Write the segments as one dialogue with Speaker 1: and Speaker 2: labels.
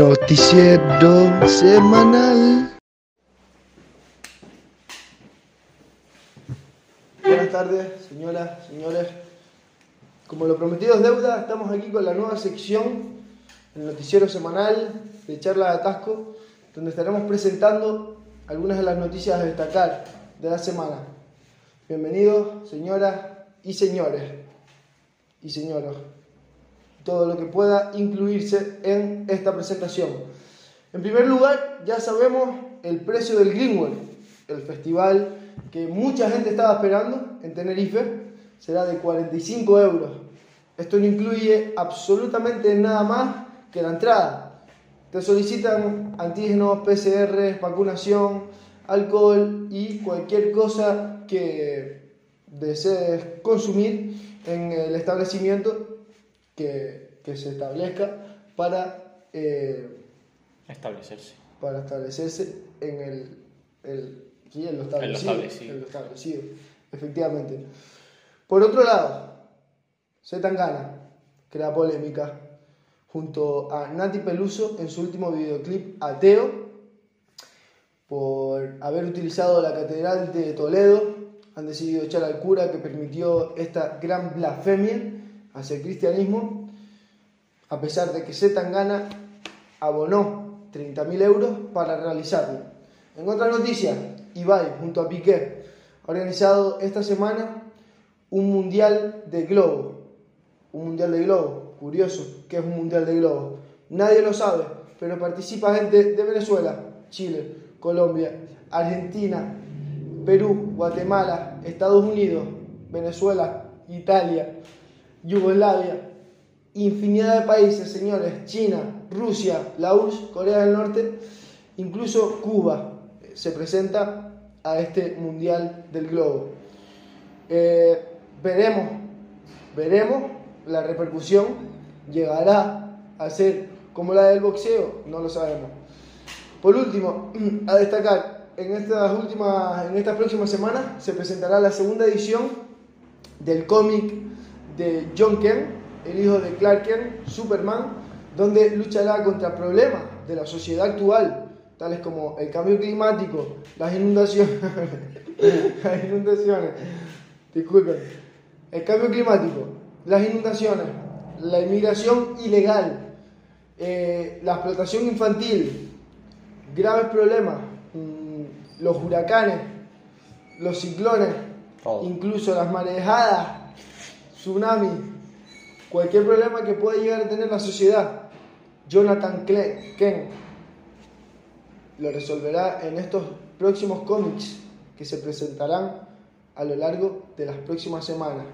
Speaker 1: Noticiero semanal.
Speaker 2: Buenas tardes, señoras, señores. Como lo prometido es deuda, estamos aquí con la nueva sección, el noticiero semanal de Charla de Atasco, donde estaremos presentando algunas de las noticias a destacar de la semana. Bienvenidos, señoras y señores, y señoros, todo lo que pueda incluirse en esta presentación. En primer lugar, ya sabemos el precio del Greenwell, el festival que mucha gente estaba esperando en Tenerife, será de 45 euros. Esto no incluye absolutamente nada más que la entrada. Te solicitan antígenos, PCR, vacunación, alcohol y cualquier cosa que desees consumir en el establecimiento que, que se establezca para, eh,
Speaker 3: Establecerse.
Speaker 2: para establecerse en el, el- sí, en lo
Speaker 3: En lo
Speaker 2: establecido.
Speaker 3: establecido.
Speaker 2: en lo establecido, efectivamente. Por otro lado, Zetangana crea polémica junto a Nati Peluso en su último videoclip Ateo por haber utilizado la catedral de Toledo. Han decidido echar al cura que permitió esta gran blasfemia hacia el cristianismo, a pesar de que Zetangana abonó 30.000 euros para realizarlo. En otras noticias, Ibai junto a Piqué ha organizado esta semana un mundial de globo. Un mundial de globo, curioso, que es un mundial de globo. Nadie lo sabe, pero participa gente de Venezuela, Chile, Colombia, Argentina, Perú, Guatemala, Estados Unidos, Venezuela, Italia, Yugoslavia, infinidad de países, señores, China, Rusia, la URSS, Corea del Norte, incluso Cuba eh, se presenta a este Mundial del Globo. Eh, veremos, veremos la repercusión, llegará a ser como la del boxeo, no lo sabemos. Por último, a destacar, en estas últimas, en estas próximas semanas se presentará la segunda edición del cómic de John Kent, el hijo de Clark Kent, Superman, donde luchará contra problemas de la sociedad actual, tales como el cambio climático, las inundaciones, las inundaciones, disculpen, el cambio climático, las inundaciones, la inmigración ilegal, eh, la explotación infantil, graves problemas, mm, los huracanes, los ciclones,
Speaker 3: Todo.
Speaker 2: incluso las marejadas, tsunami, cualquier problema que pueda llegar a tener la sociedad, Jonathan Cle- Ken lo resolverá en estos próximos cómics que se presentarán a lo largo de las próximas semanas.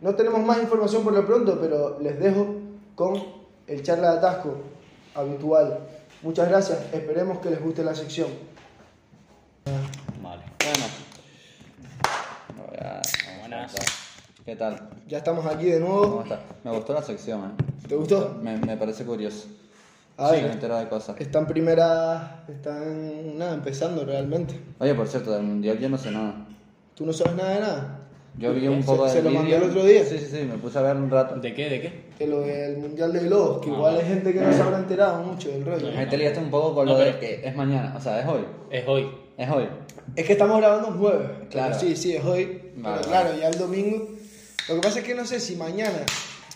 Speaker 2: No tenemos más información por lo pronto, pero les dejo con el charla de atasco habitual. Muchas gracias, esperemos que les guste la sección.
Speaker 3: Vale.
Speaker 4: Bueno. Hola.
Speaker 3: Buenas.
Speaker 4: ¿Qué tal?
Speaker 2: Ya estamos aquí de
Speaker 4: ¿Cómo
Speaker 2: nuevo.
Speaker 4: estás? Me gustó la sección, ¿eh?
Speaker 2: ¿Te gustó?
Speaker 4: Me, me parece curioso.
Speaker 2: A
Speaker 4: Sí, me
Speaker 2: ver,
Speaker 4: entero de cosas.
Speaker 2: están primeras, están nada, empezando realmente.
Speaker 4: Oye, por cierto, del mundial yo no sé nada.
Speaker 2: ¿Tú no sabes nada de nada?
Speaker 4: Yo vi un
Speaker 2: Se-
Speaker 4: poco de.
Speaker 2: se lo mandé el otro día.
Speaker 4: Sí, sí, sí, me puse a ver un rato.
Speaker 3: ¿De qué? ¿De qué?
Speaker 2: De lo del Mundial de Globos,
Speaker 4: Ah,
Speaker 2: que igual hay gente que no se habrá enterado mucho del rollo.
Speaker 4: Me te liaste un poco con
Speaker 3: No,
Speaker 4: lo de
Speaker 3: pero-
Speaker 4: que es mañana, o sea, es hoy.
Speaker 3: Es hoy.
Speaker 4: Es hoy.
Speaker 2: Es que estamos grabando un jueves.
Speaker 4: Claro.
Speaker 2: Pero Sí, sí, es hoy. Pero
Speaker 4: Vale,
Speaker 2: claro, ya el domingo. Lo que pasa es que no sé si mañana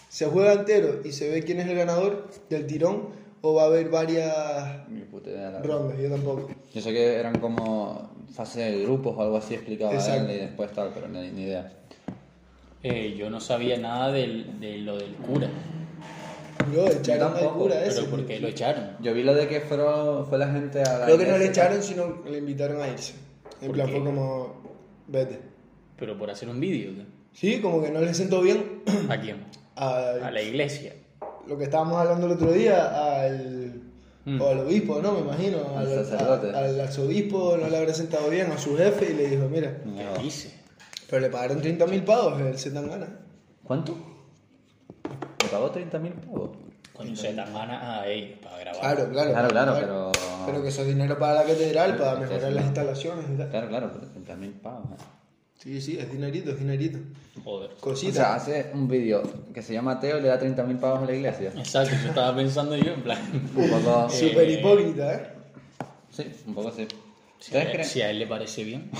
Speaker 2: se juega entero y se ve quién es el ganador del tirón o va a haber varias
Speaker 4: Mi puta idea, la verdad.
Speaker 2: rondas, yo tampoco.
Speaker 4: Yo sé que eran como fase de grupos o algo así explicaba
Speaker 2: Exacto.
Speaker 4: él y después tal, pero ni, ni idea.
Speaker 3: Eh, yo no sabía nada del- de lo del cura.
Speaker 2: Yo echaron al
Speaker 4: tampoco,
Speaker 2: cura ese.
Speaker 3: Pero ¿por qué lo echaron?
Speaker 4: Yo vi lo de que fueron, fue la gente a la
Speaker 2: Creo que no le
Speaker 4: iglesia.
Speaker 2: echaron, sino le invitaron a irse. En
Speaker 3: ¿Por
Speaker 2: plan,
Speaker 3: qué?
Speaker 2: fue como, vete.
Speaker 3: Pero por hacer un vídeo. ¿no?
Speaker 2: Sí, como que no le sentó bien
Speaker 3: ¿A quién?
Speaker 2: a
Speaker 3: A la iglesia.
Speaker 2: lo que estábamos hablando el otro día, al,
Speaker 3: Mm.
Speaker 2: o al obispo, ¿no? Me imagino.
Speaker 4: Al
Speaker 2: Al,
Speaker 4: Hmm. sacerdote.
Speaker 2: a- al arzobispo no le habrá sentado bien a su jefe y le dijo, mira,
Speaker 3: ¿Qué dice?
Speaker 2: pero le pagaron 30 mil pavos el Zetangana.
Speaker 4: ¿Cuánto? ¿Me pagó 30 mil pavos?
Speaker 3: Cuando se dan ganas a ellos para grabar.
Speaker 2: Claro, claro.
Speaker 4: Claro, claro, pero-
Speaker 2: Pero que eso es dinero para la catedral, para
Speaker 4: Pero-
Speaker 2: mejorar las instalaciones y tal.
Speaker 4: Claro, claro, pero 30 mil pavos. eh.
Speaker 2: Sí, sí, es dinerito, es dinerito.
Speaker 3: Joder.
Speaker 2: Cosita.
Speaker 4: O sea, hace un vídeo que se llama Teo y le da 30.000 pavos a la iglesia.
Speaker 3: Exacto, yo estaba pensando yo en plan.
Speaker 4: Un poco.
Speaker 3: Sí.
Speaker 2: Súper hipócrita, ¿eh?
Speaker 4: Sí, un poco sí.
Speaker 3: Si a,
Speaker 4: ¿Ustedes creen,
Speaker 3: si a él le parece bien.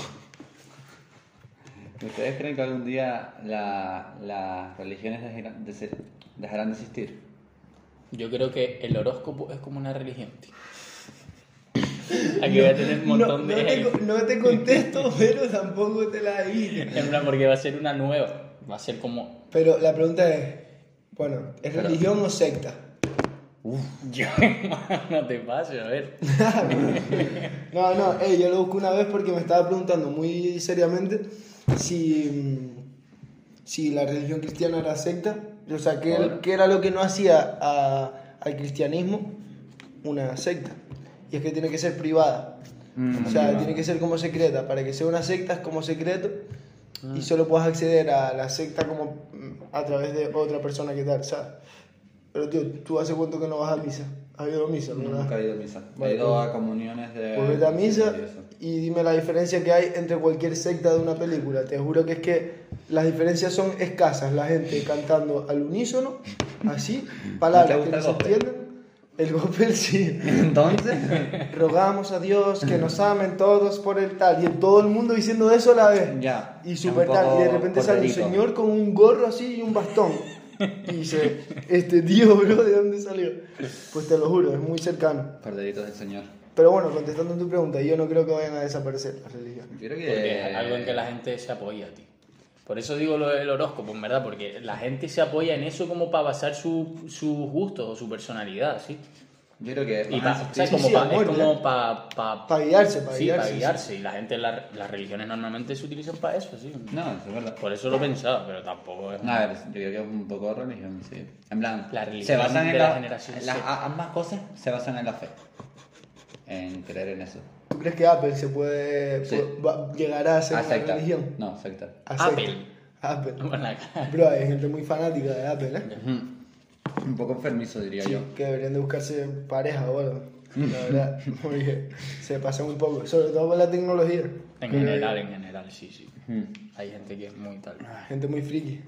Speaker 4: ¿ustedes creen que algún día la- las religiones dejarán de, ser- dejarán de existir?
Speaker 3: Yo creo que el horóscopo es como una religión, tío. Aquí voy a tener un montón
Speaker 2: no,
Speaker 3: de.
Speaker 2: no te, co- no te contesto, pero tampoco te la adivino.
Speaker 3: En plan, porque va a ser una nueva. Va a ser como.
Speaker 2: Pero la pregunta es, bueno, ¿es
Speaker 4: Pero-
Speaker 2: religión o secta?
Speaker 3: Yo, no te pases, a ver.
Speaker 2: No, no, ey, yo lo busqué una vez porque me estaba preguntando muy seriamente si, mm, si la religión cristiana era secta, o sea, ¿qué,
Speaker 4: Joder.
Speaker 2: qué era lo que no hacía a- al cristianismo una secta? Y es que tiene que ser privada. O sea, tiene que ser como secreta. Para que sea una secta es como secreto. Y solo puedes acceder a la secta como mm, a través de otra persona que tal, ¿sabes? Pero tío, ¿tú hace cuánto que no vas a misa? ¿Has ido a misa? alguna
Speaker 4: Nunca
Speaker 2: vez?
Speaker 4: he ido a misa.
Speaker 2: Vale,
Speaker 4: he ido
Speaker 2: pues-
Speaker 4: a comuniones de.
Speaker 2: Pues vete a misa
Speaker 4: y eso.
Speaker 2: y dime la diferencia que hay entre cualquier secta de una película. Te juro que es que las diferencias son escasas. La gente cantando al unísono, así, palabras que
Speaker 4: gusta
Speaker 2: no
Speaker 4: el
Speaker 2: se
Speaker 4: gospel?
Speaker 2: entienden. El gospel sí.
Speaker 4: Entonces,
Speaker 2: Rogamos a Dios que nos amen todos por el tal. Y todo el mundo diciendo eso a la vez.
Speaker 4: ya.
Speaker 2: Y
Speaker 4: es
Speaker 2: super
Speaker 4: un
Speaker 2: tal.
Speaker 4: poco
Speaker 2: Y de repente sale un
Speaker 4: corderito.
Speaker 2: señor con un gorro así y un bastón. Y dice, este tío, bro, ¿de dónde salió? Pues te lo juro, es muy cercano.
Speaker 4: Corderitos del Señor.
Speaker 2: Pero bueno, contestando tu pregunta, yo no creo que vayan a desaparecer las religiones.
Speaker 4: Yo creo que.
Speaker 3: Porque
Speaker 2: eh.
Speaker 3: es algo en que la gente se apoya, tío. Por eso digo lo del horóscopo, en verdad, porque la gente se apoya en eso como para basar su- sus gustos o su personalidad, ¿sí?
Speaker 4: Yo creo que.
Speaker 3: Y
Speaker 4: van
Speaker 3: pa-
Speaker 4: a
Speaker 3: o sea,
Speaker 4: existir.
Speaker 2: sí,
Speaker 3: como
Speaker 2: sí,
Speaker 3: pa-
Speaker 2: amor,
Speaker 3: es como para... Pa,
Speaker 2: Para guiarse, para
Speaker 3: sí,
Speaker 2: guiarse.
Speaker 3: pa guiarse. Y la gente, la- las religiones normalmente se utilizan para eso, sí.
Speaker 4: No, eso es verdad.
Speaker 3: Por eso lo pensaba, pero tampoco es...
Speaker 4: A ver, yo creo que es un poco de religión, sí. En plan,
Speaker 3: La religión
Speaker 4: se basan
Speaker 3: de
Speaker 4: en
Speaker 3: la
Speaker 4: la-
Speaker 3: generación
Speaker 4: las-
Speaker 3: Z.
Speaker 4: a- ambas cosas se basan en la fe. En creer en eso.
Speaker 2: ¿Tú crees que Apple se puede,
Speaker 4: Sí.
Speaker 2: pu- va- llegará a ser
Speaker 4: Ah,
Speaker 2: una
Speaker 4: secta.
Speaker 2: religión?
Speaker 4: No, secta.
Speaker 2: A secta.
Speaker 3: Apple.
Speaker 2: Apple.
Speaker 3: Por la cara.
Speaker 2: Bro, hay gente muy fanática de Apple, ¿eh?
Speaker 4: Ujú. Un poco enfermizo, diría
Speaker 2: Sí,
Speaker 4: yo.
Speaker 2: que deberían de buscarse pareja o algo. La verdad, porque se pasa muy poco, sobre todo por la tecnología.
Speaker 3: En
Speaker 2: Que-
Speaker 3: general, en general, sí, sí.
Speaker 2: Hmm.
Speaker 4: Ujú.
Speaker 3: Hay gente que es muy tal.
Speaker 2: Gente muy friki.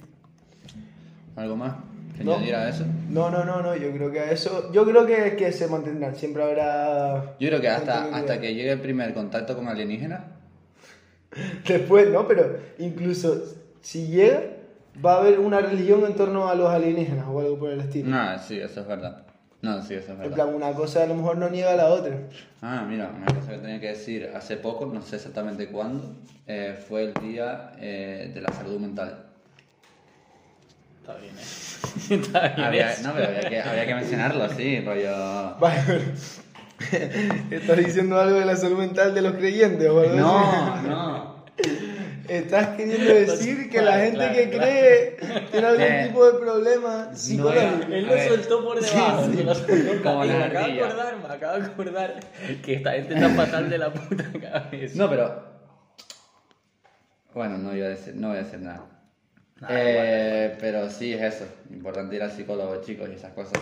Speaker 4: ¿Algo más que
Speaker 2: No.
Speaker 4: añadir a eso?
Speaker 2: No, no, no, no, yo creo que eso, yo creo que, que se mantendrán, siempre habrá...
Speaker 4: Yo creo que
Speaker 2: gente
Speaker 4: hasta, hasta que llegue el primer contacto con alienígenas,
Speaker 2: Después, ¿no? Pero incluso si llega, va a haber una religión en torno a los alienígenas o algo por el estilo.
Speaker 4: No, sí, eso es verdad. No, sí, eso es
Speaker 2: en
Speaker 4: verdad.
Speaker 2: plan, una cosa a lo mejor no niega a la otra.
Speaker 4: Ah, mira, una cosa que tenía que decir. Hace poco, no sé exactamente cuándo, eh, fue el día eh, de la salud mental.
Speaker 3: Está bien, ¿eh? Está bien.
Speaker 4: Había,
Speaker 3: eso.
Speaker 4: no, pero había que, había que mencionarlo, sí, rollo...
Speaker 2: Vale, ¿Estás diciendo algo de la salud mental de los creyentes o algo así?
Speaker 4: No, no.
Speaker 2: ¿Estás queriendo decir que la
Speaker 3: Claro,
Speaker 2: gente
Speaker 3: claro,
Speaker 2: que
Speaker 3: claro.
Speaker 2: cree tiene algún
Speaker 4: Eh,
Speaker 2: tipo de problema psicológico?
Speaker 4: era-
Speaker 3: Él
Speaker 4: A
Speaker 3: lo
Speaker 4: ver.
Speaker 3: soltó por debajo.
Speaker 4: Sí,
Speaker 3: yo lo
Speaker 4: sí.
Speaker 3: soltó
Speaker 4: Como
Speaker 3: por- y
Speaker 4: las
Speaker 3: me acabo de
Speaker 4: ardillas.
Speaker 3: acordar, me acabo de acordar que esta gente está fatal de la puta cabeza.
Speaker 4: No, pero... Bueno, no, iba a decir, no voy a decir nada.
Speaker 3: Nada,
Speaker 4: Eh, pero sí es eso. Importante ir al psicólogo, chicos, y esas cosas.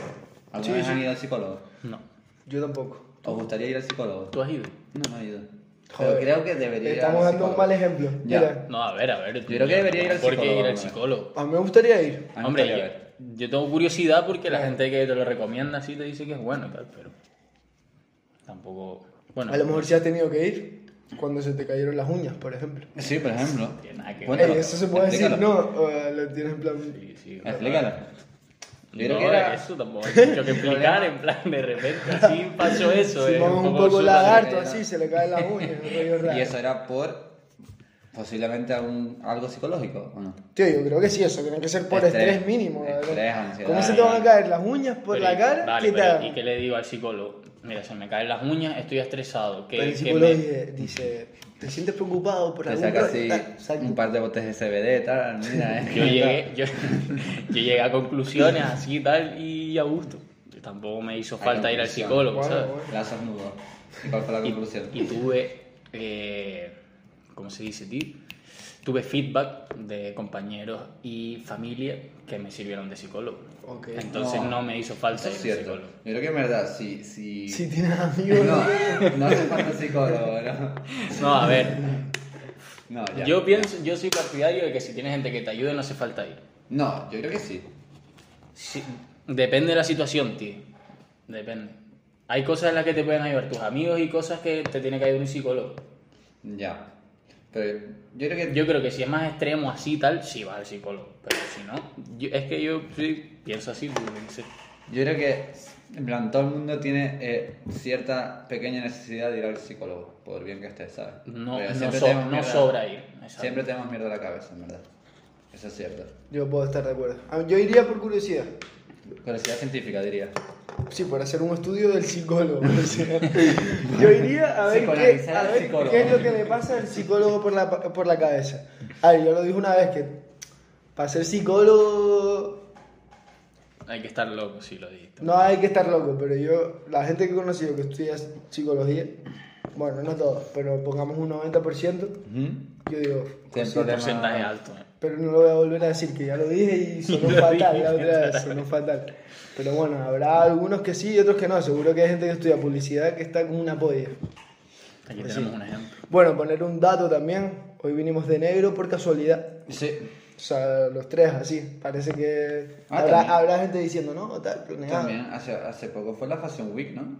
Speaker 4: ¿Alguna
Speaker 2: Sí,
Speaker 4: vez
Speaker 2: sí.
Speaker 4: han ido al psicólogo?
Speaker 3: No.
Speaker 2: Yo tampoco.
Speaker 4: ¿Os gustaría ir al psicólogo?
Speaker 3: ¿Tú has ido?
Speaker 4: No, no he ido.
Speaker 2: Joder,
Speaker 4: pero creo que debería ir
Speaker 2: Estamos
Speaker 4: al
Speaker 2: dando un
Speaker 4: psicólogo.
Speaker 2: mal ejemplo.
Speaker 4: Ya.
Speaker 2: Mira,
Speaker 3: No, a ver, a ver. tú-
Speaker 4: creo que debería ir al
Speaker 3: ¿Por qué ir
Speaker 4: psicólogo,
Speaker 3: al
Speaker 4: ¿no?
Speaker 3: psicólogo?
Speaker 2: a mí me gustaría ir.
Speaker 4: A mí me
Speaker 3: Hombre,
Speaker 4: gustaría ver.
Speaker 3: yo, yo tengo curiosidad porque la gente que te lo recomienda así te dice que es bueno, y tal, pero tampoco. Bueno,
Speaker 2: A lo mejor sí has tenido que ir cuando se te cayeron las uñas, por ejemplo.
Speaker 4: Sí, por ejemplo.
Speaker 3: Tiene nada que ver.
Speaker 4: Cuéntalo,
Speaker 2: Ey, eso se puede decir,
Speaker 4: explícalo.
Speaker 2: ¿no? O, eh, lo tienes en plan...
Speaker 3: sí, sí,
Speaker 4: Explícalo. Yo creo
Speaker 3: no,
Speaker 4: que era-
Speaker 3: eso tampoco hay mucho que explicar, en plan, de repente así pasó eso.
Speaker 2: Si
Speaker 3: eh,
Speaker 2: vamos un poco
Speaker 3: absurdo,
Speaker 2: lagarto,
Speaker 4: la
Speaker 2: así,
Speaker 4: idea.
Speaker 2: se le caen las uñas. un rollo raro.
Speaker 4: Y eso era por posiblemente algún, algo psicológico, ¿o no?
Speaker 2: Tío, yo creo que sí, eso tiene que ser por
Speaker 4: Estrés.
Speaker 2: estrés, mínimo. la
Speaker 4: Estrés,
Speaker 2: verdad.
Speaker 4: ansiedad,
Speaker 2: ¿Cómo se te van a
Speaker 4: ¿no?
Speaker 2: caer las uñas por
Speaker 3: Pero,
Speaker 2: la
Speaker 3: y-
Speaker 2: cara?
Speaker 3: Vale,
Speaker 2: ¿Qué te
Speaker 3: pero
Speaker 2: hagan?
Speaker 3: ¿y qué le digo al psicólogo? Mira, se me caen las uñas, estoy estresado.
Speaker 2: Pero
Speaker 3: Que,
Speaker 2: el
Speaker 3: que
Speaker 2: psicólogo
Speaker 3: me...
Speaker 2: dice, dice, ¿te sientes preocupado por
Speaker 4: Te
Speaker 2: algún
Speaker 4: saca
Speaker 2: rollo?
Speaker 4: así
Speaker 2: Ah, exacto.
Speaker 4: un par de botes de CBD, tal, mira, eh.
Speaker 3: Yo llegué, yo, yo llegué a conclusiones así y tal y a gusto. Tampoco me hizo
Speaker 4: Hay
Speaker 3: falta ir al
Speaker 4: conclusión.
Speaker 3: psicólogo,
Speaker 2: Bueno,
Speaker 3: ¿sabes?
Speaker 2: bueno.
Speaker 4: Lazos nudos. ¿Y cuál fue la
Speaker 3: Y-
Speaker 4: conclusión?
Speaker 3: Y, tuve, eh, ¿cómo se dice, tío? Tuve feedback de compañeros y familia que me sirvieron de psicólogo.
Speaker 2: Ok.
Speaker 3: Entonces no,
Speaker 4: No.
Speaker 3: me hizo falta
Speaker 4: Ah, Eso
Speaker 3: ir
Speaker 4: es
Speaker 3: al
Speaker 4: cierto.
Speaker 3: psicólogo.
Speaker 4: Yo creo que en verdad, si... si...
Speaker 2: Si tienes amigos,
Speaker 4: no, no hace falta psicólogo, ¿no?
Speaker 3: No, a ver.
Speaker 4: No, ya.
Speaker 3: Yo pienso, yo soy partidario de que si tienes gente que te ayude no hace falta ir.
Speaker 4: No, yo creo que sí.
Speaker 3: Sí, depende de la situación, tío. Depende. Hay cosas en las que te pueden ayudar tus amigos y cosas que te tiene que ayudar un psicólogo.
Speaker 4: Ya. Pero yo creo que.
Speaker 3: Yo creo que si es más extremo así y tal, sí vas al psicólogo. Pero si no, yo- es que yo sí, pienso así, tú, yo qué sé.
Speaker 4: Yo creo que, en plan, todo el mundo tiene eh, cierta pequeña necesidad de ir al psicólogo, por bien que esté, ¿sabes?
Speaker 3: No,
Speaker 4: Pero
Speaker 3: no
Speaker 4: siempre
Speaker 3: so-
Speaker 4: tenemos
Speaker 3: no
Speaker 4: mierda-
Speaker 3: sobra ir. exacto.
Speaker 4: Siempre tenemos mierda en la cabeza, en verdad. Eso es cierto.
Speaker 2: Yo puedo estar de acuerdo. A- Yo iría por curiosidad.
Speaker 4: Curiosidad científica, diría.
Speaker 2: Sí, por hacer un estudio del psicólogo. o sea, yo iría a ver, qué,
Speaker 4: Psicoanalizar
Speaker 2: a
Speaker 4: al
Speaker 2: ver
Speaker 4: psicólogo.
Speaker 2: qué es lo que le pasa al psicólogo por la, por la cabeza. A ver, yo lo dije una vez que para ser psicólogo
Speaker 3: Hay que estar loco si lo dijiste.
Speaker 2: No hay que estar loco, pero yo, la gente que he conocido que estudia psicología, bueno, no todos, pero pongamos un 90%, yo digo,
Speaker 4: Tienen
Speaker 2: "Cosita".
Speaker 4: problemas.
Speaker 3: porcentaje alto. eh.
Speaker 2: pero no lo voy a volver a decir, que ya lo dije y sonó
Speaker 3: Lo
Speaker 2: fatal,
Speaker 3: dije,
Speaker 2: la otra vez, sonó fatal. Pero bueno, habrá algunos que sí y otros que no, seguro que hay gente que estudia publicidad que está como una polla.
Speaker 3: Aquí
Speaker 2: Pues
Speaker 3: tenemos
Speaker 2: sí.
Speaker 3: un ejemplo.
Speaker 2: Bueno, poner un dato también, hoy vinimos de negro por casualidad.
Speaker 4: Sí.
Speaker 2: O sea, los tres así, parece que
Speaker 4: Ah, también.
Speaker 2: habrá, habrá gente diciendo, ¿no? O tal, planeado.
Speaker 4: También, hace, hace poco fue la Fashion Week, ¿no?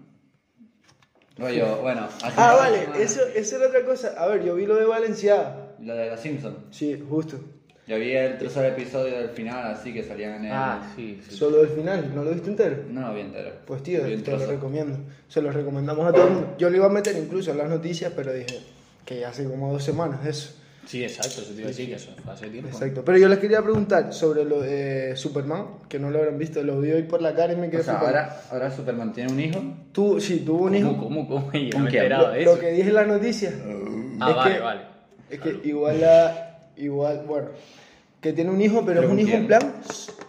Speaker 4: Rollo, bueno. hace
Speaker 2: Ah,
Speaker 4: una
Speaker 2: vale,
Speaker 4: semana,
Speaker 2: eso, eso era otra cosa. A ver, yo vi lo de Valenciaga.
Speaker 4: Lo de los Simpsons.
Speaker 2: Sí, justo.
Speaker 4: Yo vi el trozo del episodio del final, así que salían
Speaker 2: Eh,
Speaker 4: en el.
Speaker 3: Ah, sí, sí.
Speaker 2: Solo el final, ¿no lo viste entero?
Speaker 4: No lo vi entero.
Speaker 2: Pues tío,
Speaker 4: Vi un
Speaker 2: te lo
Speaker 4: trozo.
Speaker 2: recomiendo. Se lo recomendamos a todo el mundo. Yo lo iba a meter incluso en las noticias, pero dije que ya hace como dos semanas eso.
Speaker 3: Sí, exacto, eso te iba a decir que eso fue hace tiempo.
Speaker 2: Exacto. Pero yo les quería preguntar sobre lo de Superman, que no lo habrán visto. Lo vi hoy por la cara y me quedé
Speaker 4: O sea,
Speaker 2: flipando.
Speaker 4: ahora, ahora Superman tiene un hijo.
Speaker 2: Tú, sí, tuvo un hijo.
Speaker 3: ¿Cómo, cómo, cómo? Yo
Speaker 4: ¿Con
Speaker 3: no me
Speaker 4: quién?
Speaker 3: esperaba
Speaker 2: Lo,
Speaker 3: de
Speaker 2: lo
Speaker 3: eso.
Speaker 2: que dije en las noticias.
Speaker 3: Ah,
Speaker 2: es
Speaker 3: vale,
Speaker 2: que-
Speaker 3: vale.
Speaker 2: Es que igual a. Igual, bueno. Que tiene un hijo, pero,
Speaker 4: ¿Pero
Speaker 2: es un
Speaker 4: con
Speaker 2: hijo en
Speaker 4: quién?
Speaker 2: plan.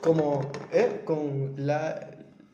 Speaker 2: Como. ¿Eh? Con la,